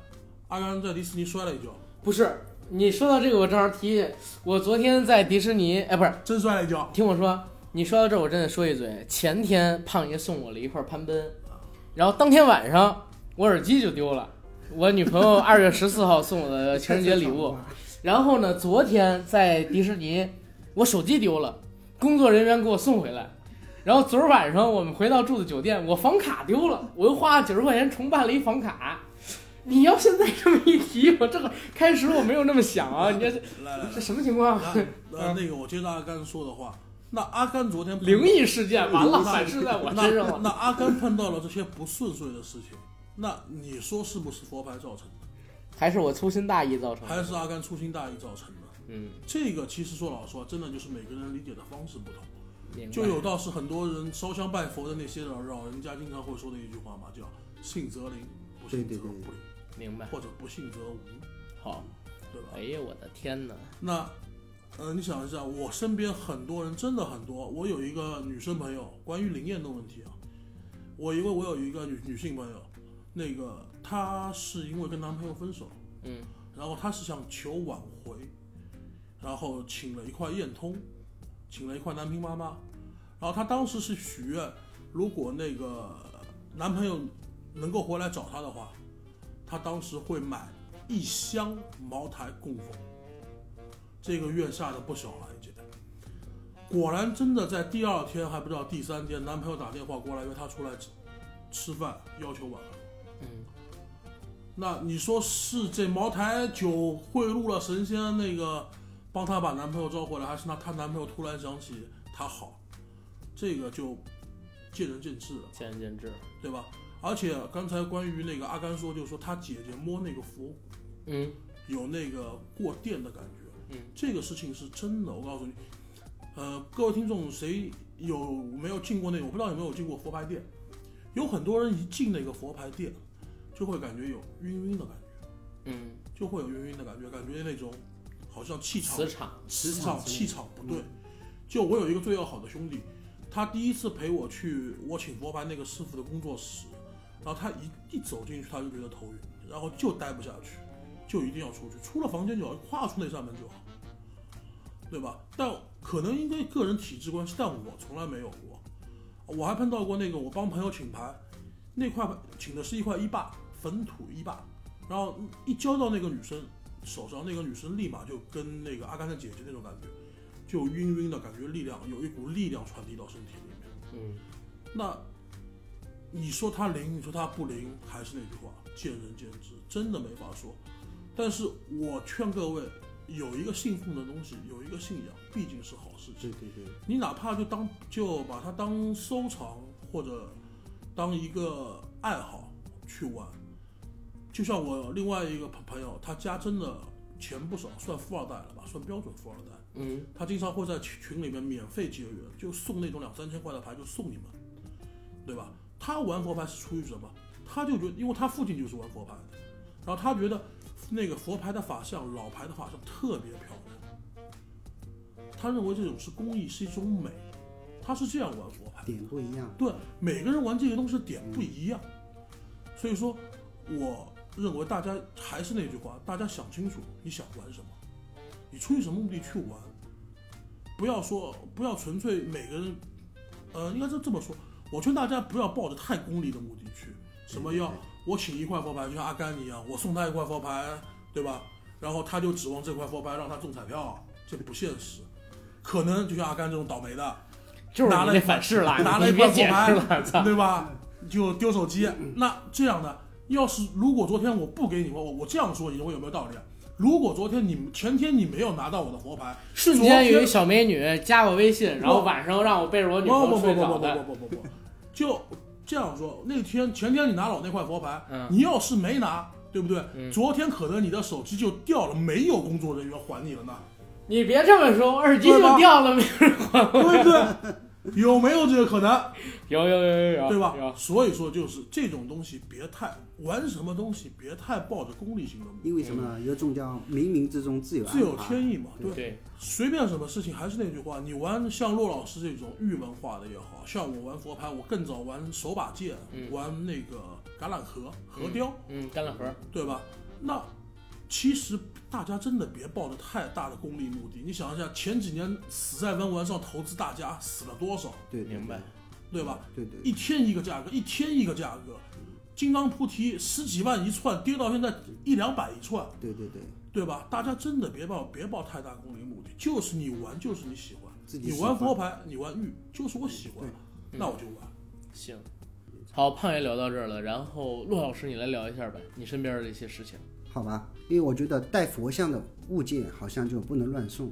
B: 阿甘在迪士尼摔了一跤，
A: 不是，你说到这个，我正好提起，我昨天在迪士尼，哎，不是，
B: 真摔了一跤，
A: 听我说，你说到这儿，我真得说一嘴。前天胖爷送我了一块攀奔，然后当天晚上我耳机就丢了，我女朋友二月十四号送我的情人节礼物。然后呢，昨天在迪士尼，我手机丢了，工作人员给我送回来。然后昨儿晚上我们回到住的酒店，我房卡丢了，我又花了九十块钱重办了一房卡。你要现在这么一提，我这个开始我没有那么想啊，你这是
B: 来来来
A: 这。什么情 况？
B: 那呃，那个我接着阿甘说的话，那阿甘昨天碰
A: 灵异事件完了，
B: 那
A: 反噬在我
B: 那
A: 身上了。
B: 那阿甘碰到了这些不顺遂的事情，那你说是不是佛牌造成的，
A: 还是我粗心大意造成的。
B: 还是阿甘粗心大意造成的？
A: 嗯，
B: 这个其实说老实话，真的就是每个人理解的方式不同。
A: 明白
B: 就有道是很多人烧香拜佛的那些老老人家经常会说的一句话嘛，叫“信则灵，不信则
C: 对对
B: 不
C: 对
B: 灵”，
A: 明白。
B: 或者“不信则无
A: 好，”，
B: 对吧？
A: 哎呀，我的天哪！
B: 那，呃，你想一下，我身边很多人真的很多。我有一个女生朋友，关于灵验的问题啊，我因为我有一个女女性朋友，那个她是因为跟男朋友分手，
A: 嗯，
B: 然后她是想求挽回，然后请了一块燕通，请了一块南平妈妈，然后她当时是许愿，如果那个男朋友能够回来找她的话，她当时会买一箱茅台供奉。这个月下的不小了已经。果然，真的在第二天还不知道第三天，男朋友打电话过来约她出来吃吃饭，要求挽回。
A: 嗯，
B: 那你说是这茅台酒贿赂了神仙那个，帮她把男朋友招回来，还是那她男朋友突然想起她好？这个就见仁见智了。
A: 见仁见智。
B: 对吧？而且刚才关于那个阿甘说，就是说他姐姐摸那个佛骨
A: 嗯，
B: 有那个过电的感觉，
A: 嗯，
B: 这个事情是真的，我告诉你，呃，各位听众谁有没有进过那个？我不知道有没有进过佛牌店，有很多人一进那个佛牌店，就会感觉有晕晕的感觉，
A: 嗯，
B: 就会有晕晕的感觉，感觉那种好像气场
A: 磁场。
B: 磁
C: 场
B: 场嗯气场不对。就我有一个最要好的兄弟，他第一次陪我去我请佛牌那个师傅的工作室，然后他一一走进去他就觉得头晕，然后就待不下去，就一定要出去，出了房间就要跨出那扇门就好，对吧？但可能应该个人体质关系，但我从来没有过。我还碰到过那个，我帮朋友请牌，那块请的是一块一霸粉土一霸，然后一交到那个女生手上，那个女生立马就跟那个阿甘的姐姐那种感觉，就晕晕的感觉，力量有一股力量传递到身体里面。
A: 嗯，
B: 那你说它灵，你说它不灵，还是那句话，见仁见智，真的没法说。但是我劝各位，有一个信奉的东西，有一个信仰，毕竟是好事情。
C: 对对对，
B: 你哪怕就当就把它当收藏或者当一个爱好去玩，就像我另外一个朋朋友，他家真的钱不少，算富二代了吧，算标准富二代。
A: 嗯，
B: 他经常会在群群里面免费结缘，就送那种两三千块的牌，就送你们，对吧？他玩佛牌是出于什么？他就觉得，因为他父亲就是玩佛牌的，然后他觉得那个佛牌的法相，老牌的法相特别漂亮，他认为这种是工艺，是一种美，他是这样玩佛牌的。
C: 点不一样。
B: 对，每个人玩这个东西的点不一样。所以说，我认为大家还是那句话，大家想清楚你想玩什么，你出于什么目的去玩，不要说不要纯粹每个人，呃，应该是这么说，我劝大家不要抱着太功利的目的去，什么要我请一块佛牌，就像阿甘一样，我送他一块佛牌，对吧？然后他就指望这块佛牌让他中彩票，这不现实。可能就像阿甘这种倒霉的，
A: 就是
B: 拿
A: 你
B: 了
A: 那反噬了，
B: 拿了
A: 你
B: 一
A: 你别
B: 块
A: 解
B: 佛牌
A: 释了，操！
B: 对吧？就丢手机。那这样的，要是如果昨天我不给你我我这样说，你认为有没有道理啊？如果昨天你前天你没有拿到我的佛牌，
A: 瞬间有一小美女加我微信，然后晚上让我背着我
B: 不
A: 女
B: 不
A: 朋
B: 不
A: 友
B: 不
A: 睡
B: 不
A: 着
B: 不不
A: 的，
B: 不不不，就这样说。那天前天你拿了我那块佛牌，
A: 嗯
B: 你要是没拿，对不对？
A: 嗯
B: 昨天可能你的手机就掉了，没有工作人员还你了呢，
A: 你别这么说，我耳机
B: 对吧
A: 就掉 了，没
B: 对不对？有没有这个可能？
A: 有有有有有，
B: 对吧？
A: 有
B: 所以说就是这种东西别太玩什么东西，别太抱着功利性的目的，
C: 因为什么呢？
A: 嗯
C: 有种叫冥冥之中自有
B: 自有
C: 安排
B: 天意嘛。对，
A: 对，
B: 随便什么事情，还是那句话，你玩像骆老师这种玉文化的也好像我玩佛牌，我更早玩手把剑，
A: 嗯
B: 玩那个橄榄核核雕，
A: 嗯，干了盒儿，
B: 对吧？那其实大家真的别抱着太大的功利目的。你想一下，前几年死在文玩上投资大家死了多少，
C: 对，对
A: 明白？
B: 对吧？
C: 对嗯对，
B: 一天一个价格，一天一个价格。金刚菩提十几万一串，跌到现在一两百一串，
C: 对对对，
B: 对吧？大家真的别抱别抱太大功利目的，就是你玩就是你喜欢，
C: 自己
B: 你
C: 喜
B: 玩
C: 欢嗯
B: 佛牌，你玩玉，就是我喜欢，
A: 对
B: 那我就玩。
A: 行，好，胖爷聊到这儿了，然后骆老师你来聊一下呗，你身边的一些事情，
C: 好吧？因为我觉得带佛像的物件好像就不能乱送，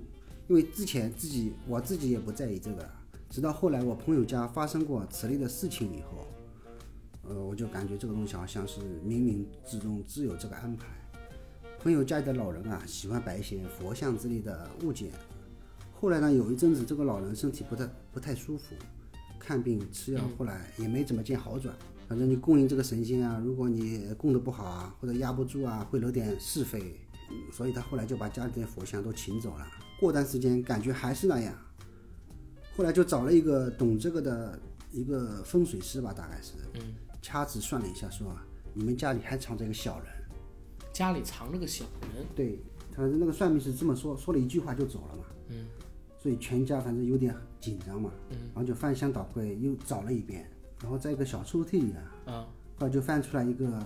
C: 因为之前自己我自己也不在意这个，啊直到后来我朋友家发生过此类的事情以后，呃，我就感觉这个东西好像是冥冥之中自有这个安排。朋友家里的老人啊，喜欢摆一些佛像之类的物件。后来呢，有一阵子这个老人身体不太不太舒服，看病吃药，后来也没怎么见好转。反正你供应这个神仙啊，如果你供的不好啊，或者压不住啊，会惹点是非。嗯所以他后来就把家里的佛像都请走了。过段时间感觉还是那样，后来就找了一个懂这个的一个风水师吧，大概是，
A: 嗯，
C: 掐指算了一下，说啊，你们家里还藏着一个小人。
A: 家里藏着个小人，
C: 对，反正那个算命师这么说，说了一句话就走了嘛。
A: 嗯。
C: 所以全家反正有点紧张嘛，
A: 嗯
C: 然后就翻箱倒柜又找了一遍，然后在一个小抽屉里
A: 啊
C: 啊，后来就翻出来一个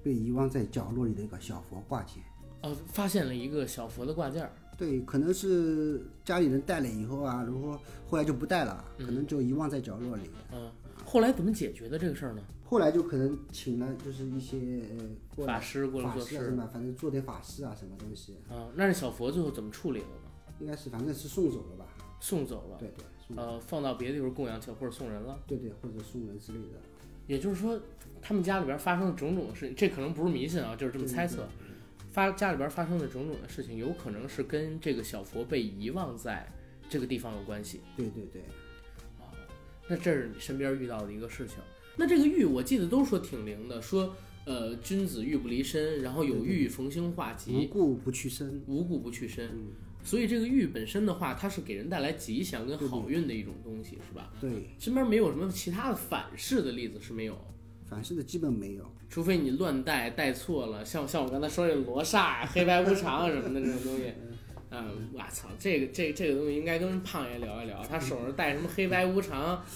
C: 被遗忘在角落里的一个小佛挂件。
A: 啊，发现了一个小佛的挂件儿，
C: 对，可能是家里人带了以后啊，然后后来就不带了，可能就遗忘在角落里。
A: 嗯，后来怎么解决的这个事儿呢？
C: 后来就可能请了就是一些呃过来
A: 法师过来
C: 法
A: 做
C: 师啊
A: 事
C: 什么，反正做点法事啊什么东西，
A: 啊，那这小佛最后怎么处理了呢？
C: 应该是反正是送走了吧？
A: 送走了，
C: 对对，送
A: 呃，放到别的地方供养去了或者送人了。
C: 对对，或者送人之类的。
A: 也就是说，他们家里边发生的种种的事情，这可能不是迷信啊，就是这么猜测。发家里边发生的种种的事情，有可能是跟这个小佛被遗忘在这个地方有关系
C: 对对对，
A: 啊。那这是你身边遇到的一个事情。那这个玉，我记得都说挺灵的，说呃君子玉不离身，然后有玉逢星化
C: 无
A: 吉，
C: 故不去身。
A: 无故不去身。
C: 嗯，
A: 所以这个玉本身的话，它是给人带来吉祥跟
C: 对对
A: 好运的一种东西，是吧？
C: 对，
A: 身边没有什么其他的反噬的例子是没有。
C: 反噬的基本没有。
A: 除非你乱带带错了，像像我刚才说这罗刹、黑白无常啊什么的这种东 西，嗯，我操，这个这个、这个东西应该跟胖爷聊一聊，他手上戴什么黑白无常，啊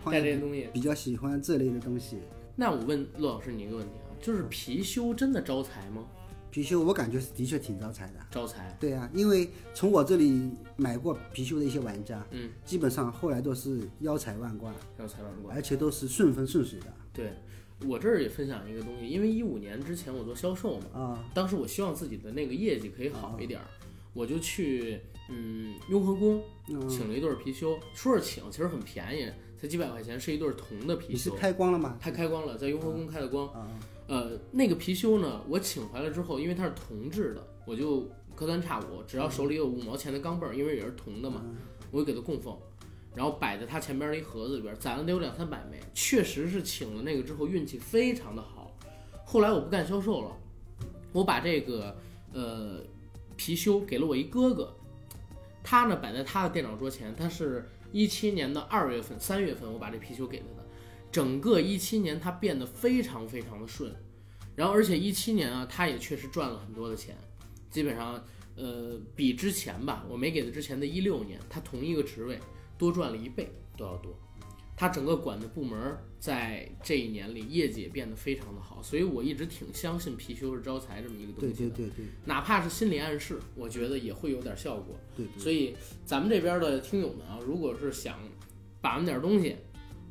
C: 胖
A: 戴这
C: 爷
A: 些东西。
C: 比较喜欢这类的东西。
A: 那我问骆老师你一个问题啊，就是貔貅真的招财吗？
C: 貔貅我感觉是的确挺招财的。
A: 招财，
C: 对啊，因为从我这里买过貔貅的一些玩家，
A: 嗯，
C: 基本上后来都是腰财万贯，
A: 招财万贯。
C: 而且都是顺风顺水的
A: 对我这儿也分享一个东西，因为一五年之前我做销售嘛，
C: 啊。
A: 当时我希望自己的那个业绩可以好一点儿，我就去嗯雍和宫
C: 嗯，
A: 请了一对儿貔貅，说是请，其实很便宜，才几百块钱，是一对儿铜的貔
C: 你是
A: 貅，
C: 开光了吗？
A: 它开光了，在雍和宫开的光。
C: 啊，
A: 呃，那个貔貅呢，我请回来之后，因为它是铜制的，我就隔三差五，只要手里有五毛钱的钢镚儿，因为也是铜的
C: 啊
A: 嘛，我就给它供奉，然后摆在它前边儿的一盒子里边儿，攒了得有两三百枚，确实是请了那个之后运气非常的好。后来我不干销售了，我把这个呃貔貅给了我一哥哥，他呢摆在他的电脑桌前，他是一七年的二月份、三月份我把这貔貅给他的，整个一七年他变得非常非常的顺，然后而且一七年啊，他也确实赚了很多的钱，基本上呃比之前吧，我没给他之前的一六年，他同一个职位多赚了一倍都要多。他整个管的部门儿在这一年里业绩也变得非常的好，所以我一直挺相信貔貅是招财这么一个东
C: 对
A: 西的。
C: 对对对
A: 哪怕是心理暗示，我觉得也会有点效果。
C: 对对，
A: 所以咱们这边的听友们啊，如果是想把玩点东西，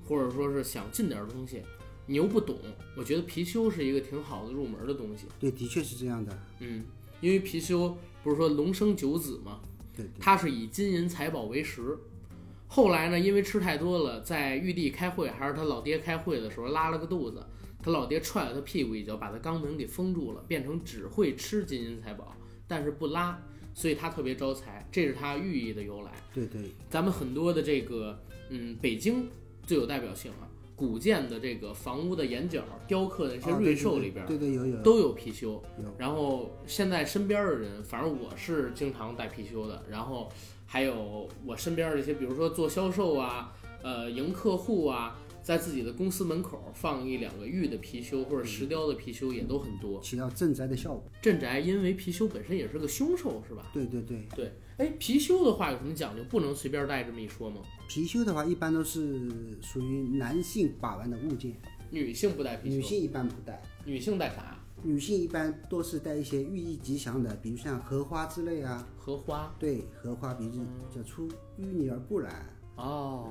A: 或者说是想进点东西，你又不懂，我觉得貔貅是一个挺好的入门的东西。
C: 对的确是这样的，
A: 嗯，因为貔貅不是说龙生九子吗？
C: 对对
A: 它是以金银财宝为食。后来呢，因为吃太多了，在玉帝开会还是他老爹开会的时候拉了个肚子，他老爹踹了他屁股一脚，把他肛门给封住了，变成只会吃金银财宝，但是不拉，所以他特别招财，这是它寓意的由来。
C: 对对
A: 咱们很多的这个，嗯，北京最有代表性啊，古建的这个房屋的檐角雕刻的一些
C: 啊
A: 瑞
C: 对
A: 兽
C: 对
A: 里边儿
C: 对对有有
A: 都有貔貅。
C: 有，
A: 然后现在身边的人，反正我是经常戴貔貅的。然后还有我身边的一些，比如说做销售啊，呃，迎客户啊，在自己的公司门口放一两个玉的貔貅或者石雕的貔貅也都很多。
C: 起到镇宅的效果，
A: 镇宅因为貔貅本身也是个凶兽，是吧？
C: 对对对，
A: 哎，貔貅的话有什么讲究？不能随便戴这么一说吗？
C: 貔貅的话一般都是属于男性把玩的物件，
A: 女性不戴貔貅，
C: 女性一般不戴。
A: 女性戴啥？
C: 女性一般都是带一些寓意吉祥的，比如像荷花之类啊。
A: 荷花
C: 对，荷花比喻叫出淤泥而不染，
A: 哦，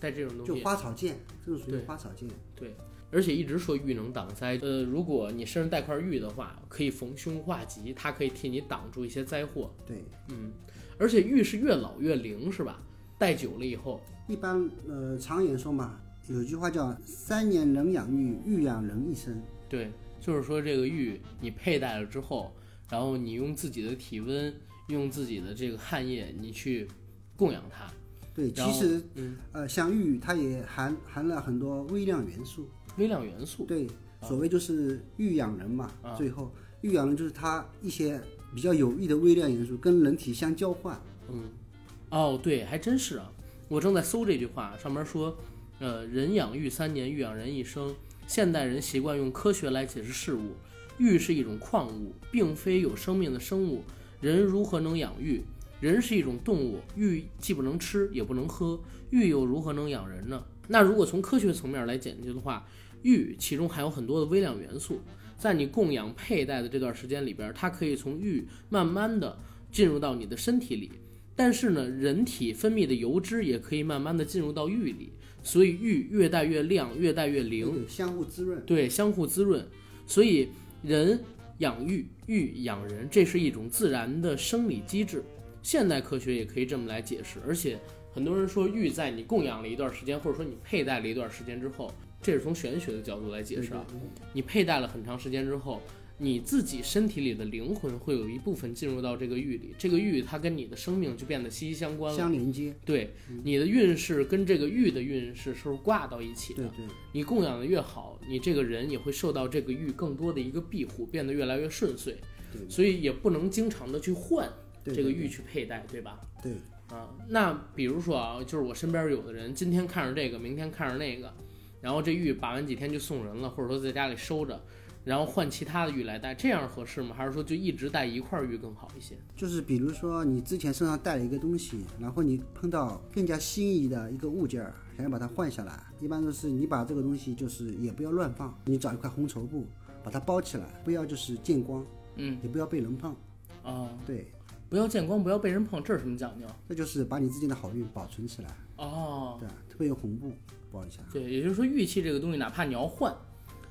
A: 戴这种
C: 就
A: 东西。
C: 花草剑，这种属于
A: 对
C: 花草剑。
A: 而且一直说玉能挡灾，呃，如果你身上带块玉的话，可以逢凶化吉，它可以替你挡住一些灾祸。
C: 对，
A: 嗯，而且玉是越老越灵，是吧？戴久了以后，
C: 一般呃常言说嘛，有句话叫“三年能养育，育养人一生
A: 对，就是说这个玉你佩戴了之后，然后你用自己的体温，用自己的这个汗液，你去供养它。”。
C: 对，
A: 然后
C: 其实
A: 嗯，
C: 呃，像玉它也含含了很多微量元素。
A: 微量元素，
C: 对，所谓就是育养人嘛，
A: 啊
C: 最后育养人就是它一些比较有益的微量元素跟人体相交换。
A: 嗯，哦，对，还真是啊。我正在搜这句话，上面说，呃，人养育三年，育养人一生。现代人习惯用科学来解释事物，玉是一种矿物，并非有生命的生物。人如何能养玉？人是一种动物，玉既不能吃，也不能喝，玉又如何能养人呢？那如果从科学层面来讲究的话，玉其中含有很多的微量元素，在你供养佩戴的这段时间里边，它可以从玉慢慢的进入到你的身体里，但是呢，人体分泌的油脂也可以慢慢的进入到玉里，所以玉越戴越亮，越戴越
C: 对
A: 灵，
C: 对，相互滋润。
A: 对，相互滋润。所以人养玉，玉养人，这是一种自然的生理机制。现代科学也可以这么来解释，而且很多人说玉在你供养了一段时间，或者说你佩戴了一段时间之后，这是从玄学的角度来解释啊。
C: 对对
A: 你佩戴了很长时间之后，你自己身体里的灵魂会有一部分进入到这个玉里，这个玉它跟你的生命就变得息息相关了。
C: 对相嗯连接。
A: 对，你的运势跟这个玉的运势是挂到一起的
C: 对。对
A: 你供养的越好，你这个人也会受到这个玉更多的一个庇护，变得越来越顺遂。
C: 对
A: 所以也不能经常的去换
C: 对，
A: 这个
C: 对
A: 玉去佩戴，对吧？
C: 对
A: 啊，那比如说啊，就是我身边有的人今天看着这个，明天看着那个，然后这玉把完几天就送人了，或者说在家里收着，然后换其他的玉来戴，这样合适吗？还是说就一直戴一块玉更好一些？
C: 就是比如说你之前身上带了一个东西，然后你碰到更加心仪的一个物件儿，想要把它换下来，一般都是你把这个东西就是也不要乱放，你找一块红绸布把它包起来，不要就是见光，
A: 嗯，
C: 也不要被人碰。
A: 哦，
C: 对，
A: 不要见光，不要被人碰，这是什么讲究？啊
C: 这就是把你之前的好运保存起来，
A: 哦，
C: 对吧？啊特别用红布包一下。
A: 对，也就是说玉器这个东西，哪怕你要换，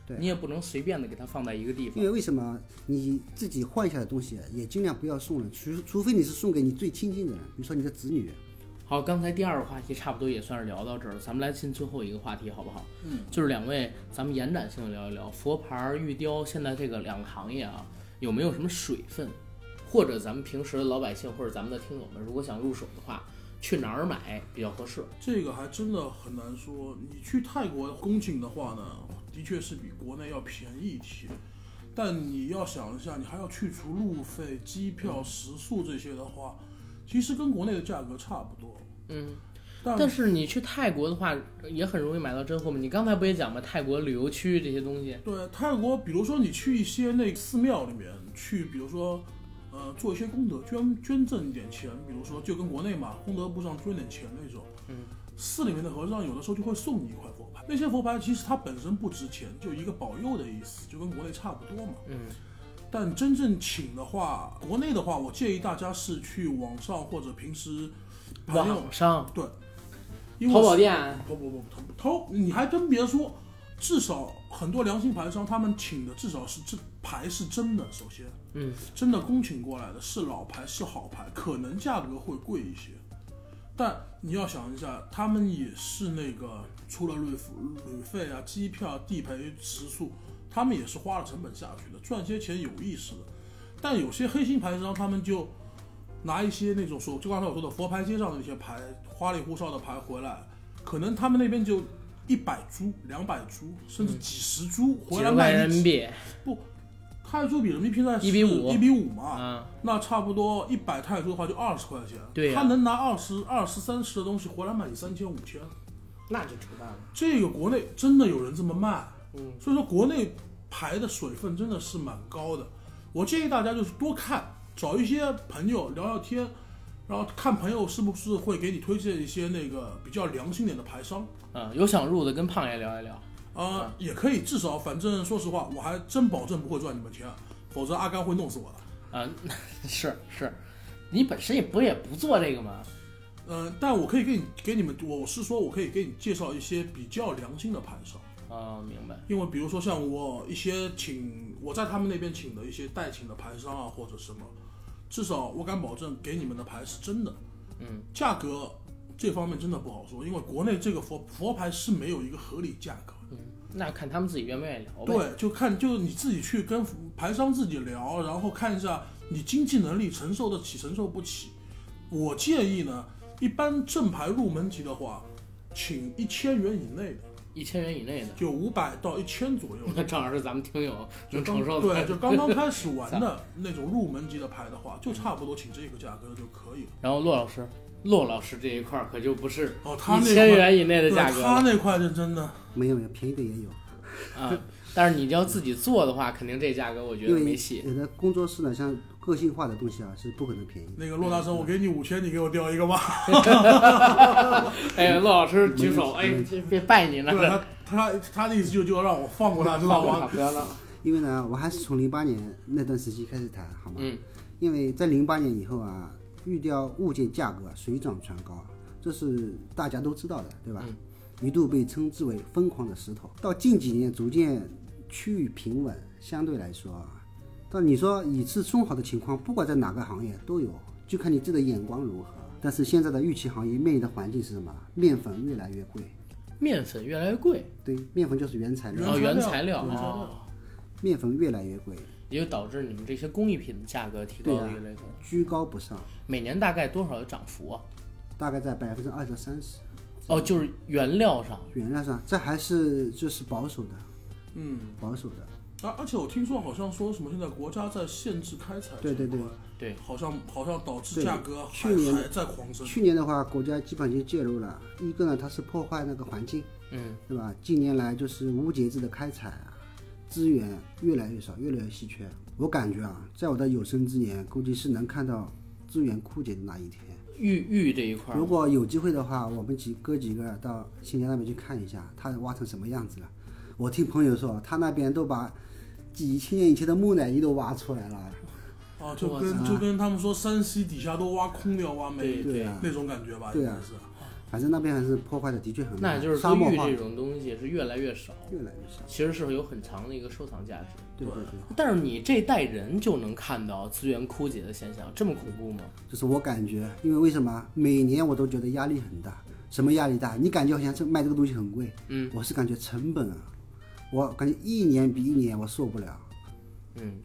C: 对
A: 你也不能随便的给它放在一个地
C: 因
A: 方。
C: 为为什么你自己换下的东西也尽量不要送人，除除非你是送给你最亲近的人，比如说你的子女，
A: 好，刚才第二个话题差不多也算是聊到这儿了，咱们来进最后一个话题好不好？嗯，就是两位，咱们延展性的聊一聊佛牌儿、玉雕，现在这个两个行业啊，有没有什么水分？或者咱们平时的老百姓或者咱们的听友们，如果想入手的话，去哪儿买比较合适？
B: 这个还真的很难说。你去泰国宫颈的话呢，的确是比国内要便宜一些，但你要想一下，你还要去除路费、机票、食宿这些的话，其实跟国内的价格差不多。
A: 嗯，
B: 但
A: 但是你去泰国的话，也很容易买到真货嘛。你刚才不也讲嘛，泰国旅游区这些东西，
B: 对泰国，比如说你去一些那寺庙里面去，比如说，呃，做一些功德，捐捐赠一点钱，比如说就跟国内嘛，功德簿上捐点钱那种。
A: 嗯。
B: 寺里面的和尚有的时候就会送你一块佛牌，那些佛牌其实它本身不值钱，就一个保佑的意思，就跟国内差不多嘛。
A: 嗯，
B: 但真正请的话，国内的话，我建议大家是去网上或者平时
A: 哎
B: 朋友
A: 网上
B: 对，因为
A: 淘宝店
B: 不不不，淘淘，你还真别说，至少很多良心牌商他们请的至少是这牌是真的，首先，
A: 嗯，
B: 真的公请过来的是老牌是好牌，可能价格会贵一些，但你要想一下，他们也是那个除了旅服旅费啊、机票、地陪、食宿，他们也是花了成本下去的，赚些钱有意识的，但有些黑心牌商他们就。拿一些那种说，就刚才我说的佛牌街上的那些牌，花里胡哨的牌回来，可能他们那边就一百株、两百株，甚至几十株，
A: 几
B: 回来
A: 十块
B: 卖
A: 人民币
B: 泰铢比人民币现在
A: 1比5
B: 一比五嘛，
A: 啊，
B: 那差不多一百泰铢的话就二十块钱。
A: 对呀
B: 他能拿二十二十三十的东西回来卖你三千五千，
A: 那就扯淡了。
B: 这个国内真的有人这么卖，
A: 嗯，
B: 所以说国内牌的水分真的是蛮高的。我建议大家就是多看，找一些朋友聊聊天，然后看朋友是不是会给你推荐一些那个比较良心点的牌商。
A: 啊，有想入的跟胖爷聊一聊。
B: 呃，也可以，至少反正说实话，我还真保证不会赚你们钱，否则阿甘会弄死我的。
A: 啊， 是是，你本身也不也不做这个嘛。
B: 呃，但我可以给你给你们，我是说我可以给你介绍一些比较良心的牌商，
A: 啊，明白。
B: 因为比如说像我一些请我在他们那边请的一些代请的牌商啊或者什么，至少我敢保证给你们的牌是真的，
A: 嗯，
B: 价格这方面真的不好说，因为国内这个佛佛牌是没有一个合理价格的。
A: 嗯，那看他们自己愿不愿意聊呗。
B: 对，就看就你自己去跟牌商自己聊，然后看一下你经济能力承受得起承受不起。我建议呢，一般正牌入门级的话，请一千元以内的，
A: 一千元以内的，
B: 就五百到一千左右
A: 那正好是咱们听友
B: 就
A: 能
B: 刚
A: 承受
B: 对，
A: 的。
B: 就刚刚开始玩 的那种入门级的牌的话，就差不多请这个价格就可以了。
A: 然后骆老师，骆老师这一块儿可就不是
B: 哦，他
A: 一
B: 那
A: 千
B: 块，
A: 元以内的
B: 对，
A: 价格
B: 他
A: 了
B: 那块是真的，
C: 没有，便宜的也有。
A: 啊。但是你要自己做的话，肯定这价格我觉
C: 因
A: 得
C: 为
A: 没戏。
C: 有的工作室呢，像个性化的东西啊，是不可能便宜的。
B: 那个骆大生，我给你五千，你给我掉一个吧。
A: 哎，骆老师举手，哎
C: 没，
A: 这别拜你呢。
B: 对他，他他的意思就就让我放过他，知道吗？
A: 不要浪。
C: 因为呢，我还是从零八年那段时期开始谈，好吗？
A: 嗯。
C: 因为在零八年以后啊，玉雕物件价格啊水涨船高啊，这是大家都知道的，对吧？
A: 嗯
C: 一度被称之为“疯狂的石头”，到近几年逐渐趋于平稳，相对来说啊，但你说以次充好的情况，不管在哪个行业都有，就看你自己的眼光如何。但是现在的玉器行业面临的环境是什么？面粉越来越贵，
A: 面粉越来越贵，
C: 对，面粉就是原材 料，
A: 哦，
B: 原
A: 原
B: 材
A: 材
B: 料
A: 料
B: 原材料
A: 哦，
C: 面粉越来越贵，
A: 也就导致你们这些工艺品的价格提高
C: 对
A: 了
C: 啊
A: 越来越多。
C: 居高不上。
A: 每年大概多少有涨幅啊？
C: 大概在百分之二到三十。
A: 哦，就是原料上，
C: 原料上，这还是就是保守的，
B: 嗯。
C: 保守的。
B: 啊，而且我听说好像说什么现在国家在限制开采这
C: 对
B: 一块，
C: 对对
A: 对
B: 好像好像导致
C: 对
B: 价格
C: 去
B: 还
C: 年
B: 还在狂升。
C: 去年的话，国家基本就介入了，一个呢，它是破坏那个环境，
A: 嗯，
C: 对吧？近年来就是无节制的开采啊，资源越来越少，越来越稀缺。我感觉啊，在我的有生之年，估计是能看到资源枯竭的那一天。
A: 玉玉这一块儿
C: 如果有机会的话，我们几哥几个到新疆那边去看一下，他挖成什么样子了。我听朋友说，他那边都把几千年以前的木乃伊都挖出来了。
B: 啊，就
A: 哇
B: 跟
C: 塞
B: 就跟他们说山西底下都挖空掉挖
A: 对
B: 煤
C: 对啊，
B: 那种感觉吧，应
C: 对
B: 该
C: 啊
B: 是。
C: 反正那边还是破坏的的确很厉害，
A: 那就是
C: 沙
A: 说
C: 漠
A: 玉
C: 化
A: 这种东西是越来越少，
C: 越来越少。
A: 其实是有很强的一个收藏价值。
C: 对对对，
A: 但是你这代人就能看到资源枯竭的现象，这么恐怖吗？
C: 就是我感觉，因为为什么每年我都觉得压力很大？什么压力大？你感觉好像这卖这个东西很贵，
A: 嗯，
C: 我是感觉成本啊，我感觉一年比一年我受不了。
A: 嗯，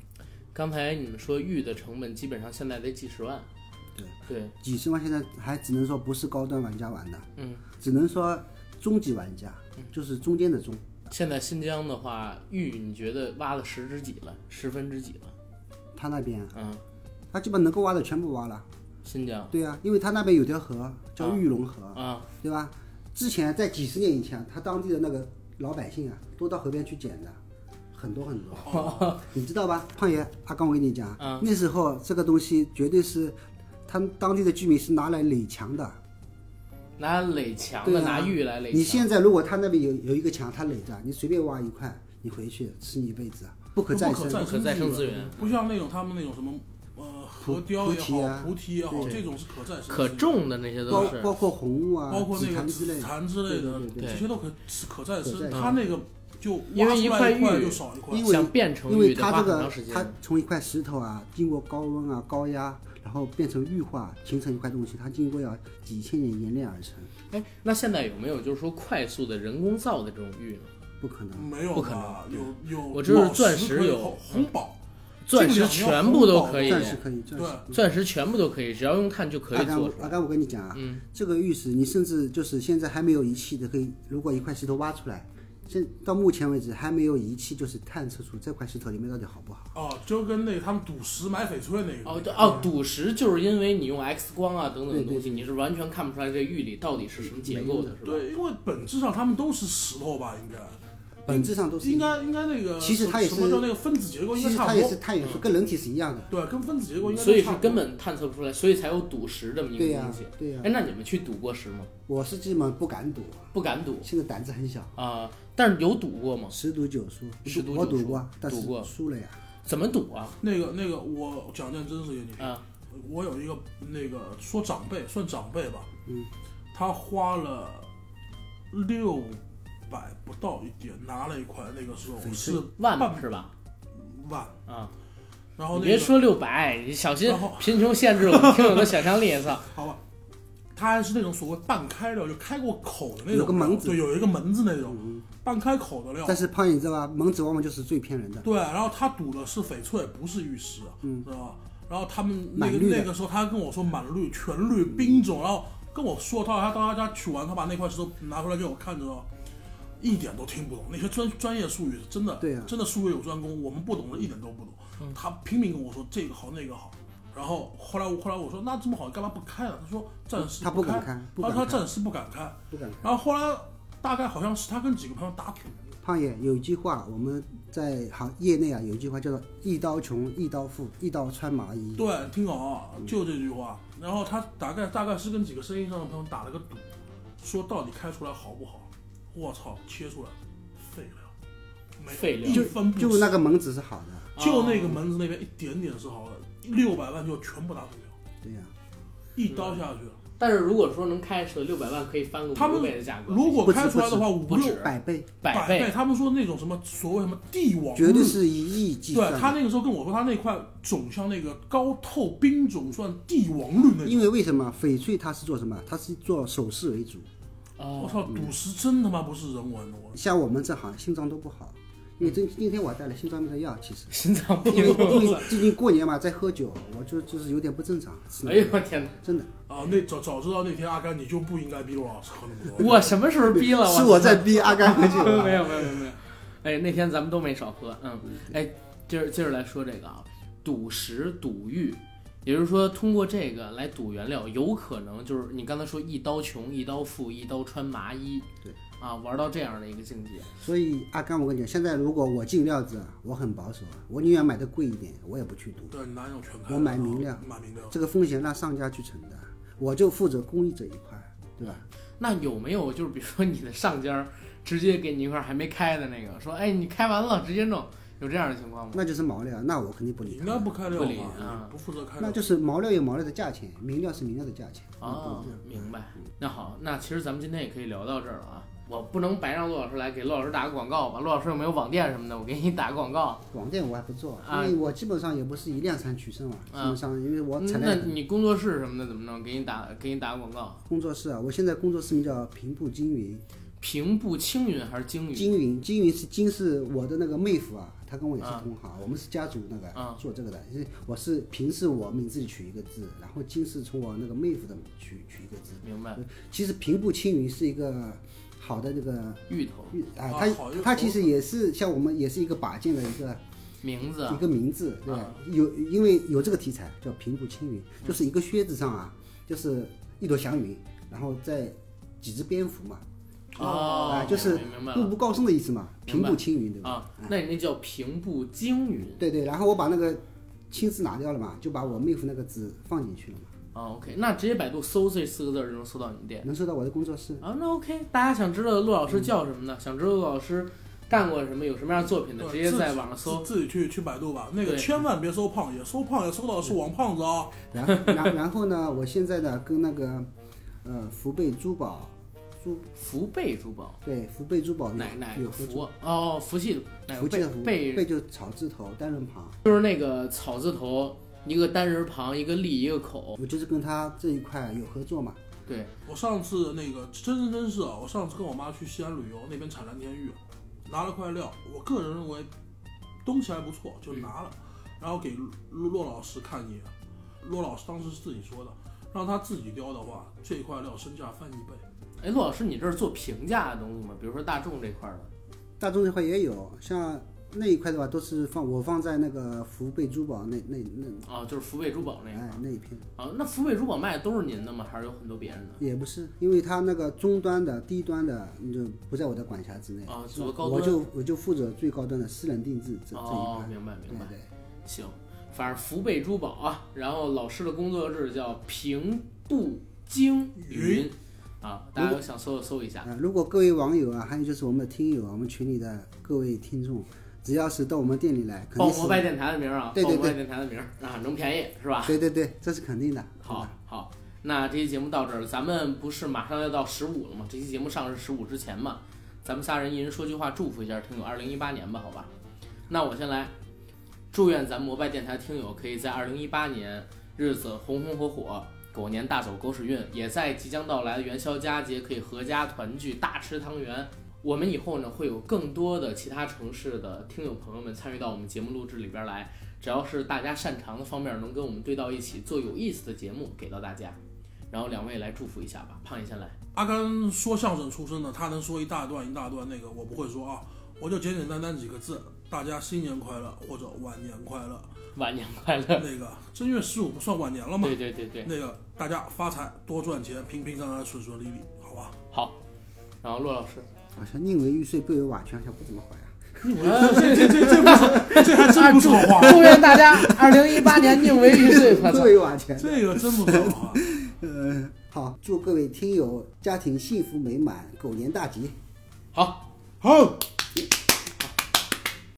A: 刚才你们说玉的成本基本上现在得几十万，
C: 对
A: 对，
C: 几十万现在还只能说不是高端玩家玩的，
A: 嗯，
C: 只能说中级玩家，就是中间的中，
A: 现在新疆的话，玉你觉得挖了十之几了，十分之几了？
C: 他那边啊
A: 嗯，
C: 他基本能够挖的全部挖了，
A: 新疆
C: 对啊，因为他那边有条河叫
A: 啊
C: 玉龙河，
A: 啊，
C: 对吧？之前在几十年以前，他当地的那个老百姓啊，都到河边去捡的，很多很多，
B: 啊
A: 啊
C: 你知道吧？胖爷，阿刚，我跟你讲，
A: 嗯
C: 那时候这个东西绝对是他们当地的居民是拿来垒墙的。
A: 拿垒墙
C: 对
A: 的，
C: 啊
A: 拿玉来垒
C: 你
A: 墙。
C: 现在如果他那边有有一个墙，他垒着，你随便挖一块，你回去吃你一辈子，啊不可再
B: 不可
C: 生。
B: 再
A: 不可再生资源，
B: 不像那种他们那种什么呃
C: 菩
B: 河雕也
C: 菩提
B: 好，
C: 啊
B: 菩提也好，
C: 对
B: 这种是可再生，
A: 可，种的那些
C: 包
A: 都是
C: 包括红木啊、
B: 包括
C: 紫
B: 那个
C: 檀之类
B: 紫
C: 的，
B: 檀之类的
C: 对对，对
A: 对
B: 这些都可是可再
C: 可再
B: 生。
C: 生
B: 他那个就
A: 因
B: 挖
A: 为一
B: 出
A: 块
B: 来一块
A: 玉
B: 就少一块
C: 因，为
A: 想变成
C: 因
A: 玉
C: 为
A: 得
C: 它
A: 花很
C: 这
A: 长
C: 个
A: 时间。
C: 它从一块石头啊，经过高温啊、高压，然后变成玉化，形成一块东西，它经过要几千年演练而成，
A: 哎，那现在有没有就是说快速的人工造的这种玉呢？
C: 不可能。
B: 没有
A: 不可
B: 吧？有有，
A: 我知道
B: 宝
A: 钻
B: 石
A: 石
B: 可以
A: 有嗯
B: 红红宝，
A: 钻
B: 这
A: 石
B: 个两个
A: 全部都
B: 红宝
A: 可以，
C: 钻石可以，钻石
B: 对
A: 钻石全部都可以，只要用碳就可
C: 阿
A: 以
C: 甘
A: 做
C: 我
A: 出
C: 阿
A: 来。
C: 甘，我跟你讲啊，
A: 嗯
C: 这个玉石你甚至就是现在还没有仪器的，可以如果一块石头挖出来，现到目前为止还没有仪器就是探测出这块石头里面到底好不好。
B: 哦，就跟那个他们赌石买翡翠那个
A: 哦，对哦，赌石就是因为你用 X 光啊等等的
C: 对对
A: 东西，你是完全看不出来这玉里到底是什么结构的，是吧？
B: 对，因为本质上他们都是石头吧，应该
C: 本质上都是
B: 应该应该那个
C: 其实它也是
B: 什么叫那个分子结构应
C: 其
B: 该
C: 实
B: 差
C: 它
B: 不
C: 也
B: 多
C: 是，探也是跟人体是一样的。
B: 对，跟分子结构应该都
A: 所以
B: 差
A: 是
B: 不多
A: 根本探测不出来，所以才有赌石这么
B: 嗯
A: 一
C: 对
A: 个
C: 呀、
A: 东西。
C: 对呀、
A: 哎，那你们去赌过石吗？
C: 我是基本上不敢赌，啊
A: 不敢赌
C: 现在胆子很小，
A: 啊、但是有赌过
B: 哦
A: 吗？
C: 十赌九输。
A: 十赌
C: 我
A: 九
C: 赌
A: 输
C: 过，但
A: 赌
C: 是
A: 过
C: 输了呀。
B: 哎
A: 怎么赌啊？
B: 那个那个，我讲件真实给你听。
A: 啊，
B: 我有一个那个说长辈算长辈吧，
C: 嗯，
B: 他花了六百不到一点拿了一块那个时候
C: 翡翠
B: 是
A: 万
B: 半
A: 是吧？
B: 万，
A: 啊，
B: 然后
A: 你
B: 那
A: 别
B: 个
A: 说六百，你小心
B: 然后
A: 贫穷限制我们听友的想象力。操，
B: 好吧，他还是那种所谓半开料，就开过口的那种料，
C: 有个门子
B: 对，有一个门子那种
C: 嗯，
B: 半开口的料
C: 但。是胖，你知道吧？蒙子往往就是最骗人的。
B: 对，然后他赌的是翡翠，不是玉石，
C: 嗯
B: 知道吧？然后他们那个
C: 满绿的嗯
B: 那个时候，他跟我说满绿、全绿、冰种，然后跟我说他他到他家取完，他把那块石头拿出来给我看着，一点都听不懂。那些专专业术语真的，
C: 对啊
B: 真的术业有专攻，我们不懂的一点都不懂。他拼命跟我说这个好那个好，然后后来我后来我说那这么好，干嘛不开啊？他说暂时
C: 他
B: 不
C: 不敢看，不
B: 他
C: 敢
B: 说他
C: 看，
B: 暂时不敢开。
C: 不敢看。
B: 然后后来大概好像是他跟几个朋友打赌，
C: 胖爷有一句话，我们在行业内啊有一句话叫做“一刀穷，一刀富，一刀穿麻衣
B: 对，听懂啊，就这句话。然后他大概大概是跟几个生意上的朋友打了个赌，说到底开出来好不好？我操，切出来废料，没
A: 废料
B: 一分”，不
C: 就
B: 值
C: 那个蒙子是好的。
B: 就那个门子那边一点点是好的，六百万就全部打水漂，
C: 对呀、
B: 一刀下去。
A: 但是如果说能开出六百万，可以翻个
B: 他们
A: 五倍的价格。
B: 如果
C: 不止
B: 开出来的话，五
A: 不止
B: 六
C: 百倍
A: 百
B: 倍，
A: 倍，
B: 他们说那种什么所谓什么帝王
C: 绝对
B: 绿
C: 是一亿计算
B: 哦对啊
C: 的。
B: 他那个时候跟我说，他那块种像那个高透冰种，算帝王绿那种。
C: 因为为什么翡翠它是做什么？它是做首饰为主。
B: 我
A: 哦，
B: 操，赌石真他妈不是人玩的，我
C: 像我们这行心脏都不好，因为
A: 嗯
C: 今今天我还带了心脏病的药，其实
A: 心脏
C: 因为
A: 病，
C: 因为最近过年嘛，在喝酒，我就就是有点不正常，吃
A: 哎
C: 那
A: 呦
C: 个
A: 我天哪！
C: 真的
B: 啊，那早早知道那天阿甘你就不应该逼罗老师喝那么多。
A: 我什么时候逼了？
C: 是我在逼阿甘 喝
A: 没有
C: 酒。
A: 没有没有没有。哎，那天咱们都没少喝，嗯，哎，接着接着来说这个啊，赌石赌玉，也就是说通过这个来赌原料，有可能就是你刚才说一刀穷，一刀富，一刀穿麻衣，
C: 对，
A: 啊，玩到这样的一个境界，
C: 所以阿甘，我跟你讲，现在如果我进料子啊，我很保守啊，我宁愿买的贵一点，我也不去赌，
B: 对，你拿那种全开的，
C: 我买明料
B: 买明料。
C: 这个风险让商家去承担，我就负责工艺这一块，对吧？
A: 那有没有就是比如说你的上家儿直接给你一块还没开的那个，说哎你开完了直接弄，有这样的情况吗？
C: 那就是毛料，那我肯定不
B: 你
C: 理
B: 应该
C: 他。
B: 不开料
A: 不理
B: 吧
A: 啊？
B: 你不负责开料
C: 那。就是毛料有毛料的价钱，明料是明料的价钱。
A: 哦
C: 嗯，
A: 明白。那好，那其实咱们今天也可以聊到这儿了啊。我不能白让陆老师来，给陆老师打个广告吧。陆老师有没有网店什么的？我给你打个广告。
C: 网店我还不做，因
A: 啊
C: 为我基本上也不是以量产取胜嘛，基
A: 啊
C: 本上因为我产
A: 那
C: 量
A: 你工作室什么的怎么弄？给你打给你打个广告。
C: 工作室啊，我现在工作室名叫平步青云，
A: 平步青云还是京云？
C: 金云金云是金是我的那个妹夫啊，他跟我也是
A: 啊
C: 同行，我们是家族那个、
A: 啊
C: 做这个的，因为我是平是我名字里取一个字，然后金是从我那个妹夫的取取一个字。
A: 明白。
C: 其实平步青云是一个好的那个
A: 芋头。
C: 玉啊
B: 啊，
C: 它
B: 好玉
C: 它其实也是像我们也是一个把件的一个
A: 名字啊
C: 一个名字，对吧？有因为有这个题材叫平步青云，就是一个靴子上啊，就是一朵祥云，然后再几只蝙蝠嘛，
A: 哦
C: 啊，就是
A: 明白
C: 步
A: 了
C: 步高升的意思嘛，
A: 明
C: 平
A: 白嗯
C: 步青云，对吧？
A: 啊，那你那叫平步青云
C: 对对，然后我把那个青字拿掉了嘛，就把我妹夫那个字放进去了嘛，
A: 啊，OK，那直接百度搜这四个字儿就能搜到你店
C: 能收到我的工作室。
A: 啊，那 OK，大家想知道陆
C: 嗯
A: 老师叫什么呢？想知道陆老师干过什么，有什么样的作品的，
B: 对
A: 直接
B: 自
A: 在
B: 己
A: 网上搜
B: 自自己去去百度吧，那个
A: 对
B: 千万别搜胖爷，搜胖爷搜到的是王胖子啊。
C: 然后然然后呢，我现在呢跟那个呃福贝珠宝珠
A: 福贝珠宝，
C: 对福贝珠宝有
A: 哪哪
C: 哦有
A: 个
C: 合
A: 福
C: 作，
A: 啊？哦，福气的哪
C: 福
A: 个
C: 气的福
A: 贝
C: 贝就是草字头单人旁，
A: 就是那个草字头，一个单人旁，一个立，一个口。
C: 我就是跟他这一块有合作嘛。
A: 对，
B: 我上次那个真真真是啊，我上次跟我妈去西安旅游，那边产蓝田玉，拿了块料，我个人认为东西还不错，就拿
A: 嗯
B: 了，然后给骆骆老师看一眼，骆老师当时是自己说的，让他自己雕的话，这块料身价翻一倍。
A: 哎，陆老师，你这是做平价的东西吗？比如说大众这块儿的，
C: 大众这块也有，像那一块的话，都是放我放在那个福贝珠宝那那那
A: 啊，就是福贝珠宝那
C: 哎
A: 个
C: 那一片，
A: 啊。那福贝珠宝卖的都是您的吗？还是有很多别人的？
C: 也不是，因为它那个中端的、低端的，你就不在我的管辖之内
A: 啊
C: 是吧
A: 做高端
C: 我就我就负责最高端的私人定制这、
A: 哦，
C: 这一块，
A: 明白明
C: 对
A: 白。
C: 对。
A: 行，反正福贝珠宝啊，然后老师的工作室叫平步惊云啊，
C: 嗯
A: 大家有想搜就搜一下。
C: 啊、如果各位网友啊，还有就是我们的听友啊，我们群里的各位听众，只要是到我们店里来，肯
A: 报
C: 定
A: 摩拜
C: 是，
A: 电台的名儿啊，
C: 对
A: 报
C: 对
A: 摩拜电台的名儿啊，能便宜是吧？
C: 对对对，这是肯定的。
A: 好好，那这期节目到这儿了，咱们不是马上要到十五了吗？这期节目上是十五之前嘛，咱们仨人一人说句话，祝福一下听友二零一八年吧，好吧？那我先来，祝愿咱们摩拜电台听友可以在二零一八年日子红红火火，狗年大走狗屎运，也在即将到来的元宵佳节可以合家团聚，大吃汤圆。我们以后呢会有更多的其他城市的听友朋友们参与到我们节目录制里边来。只要是大家擅长的方面，能跟我们对到一起，做有意思的节目给到大家。然后两位来祝福一下吧，胖爷先来。
B: 阿甘说相声出身的，他能说一大段一大段，那个我不会说啊，我就简简单单几个字，大家新年快乐或者晚年快乐。
A: 晚年快乐。
B: 那个正月十五不算晚年了吗？
A: 对对对对，
B: 那个大家发财多赚钱，平平安安顺顺利利，好吧？
A: 好。然后骆老师，
C: 好像宁为玉碎，不为瓦全，好像不怎么好呀。
B: 这这这这不哎是，这还真不是好话，
A: 祝愿大家二零一八年宁为玉碎。我
C: 不
A: 操
C: 为瓦全。
B: 这个真不是好话。
C: 呃，好，祝各位听友家庭幸福美满，狗年大吉。
A: 好，
B: 好，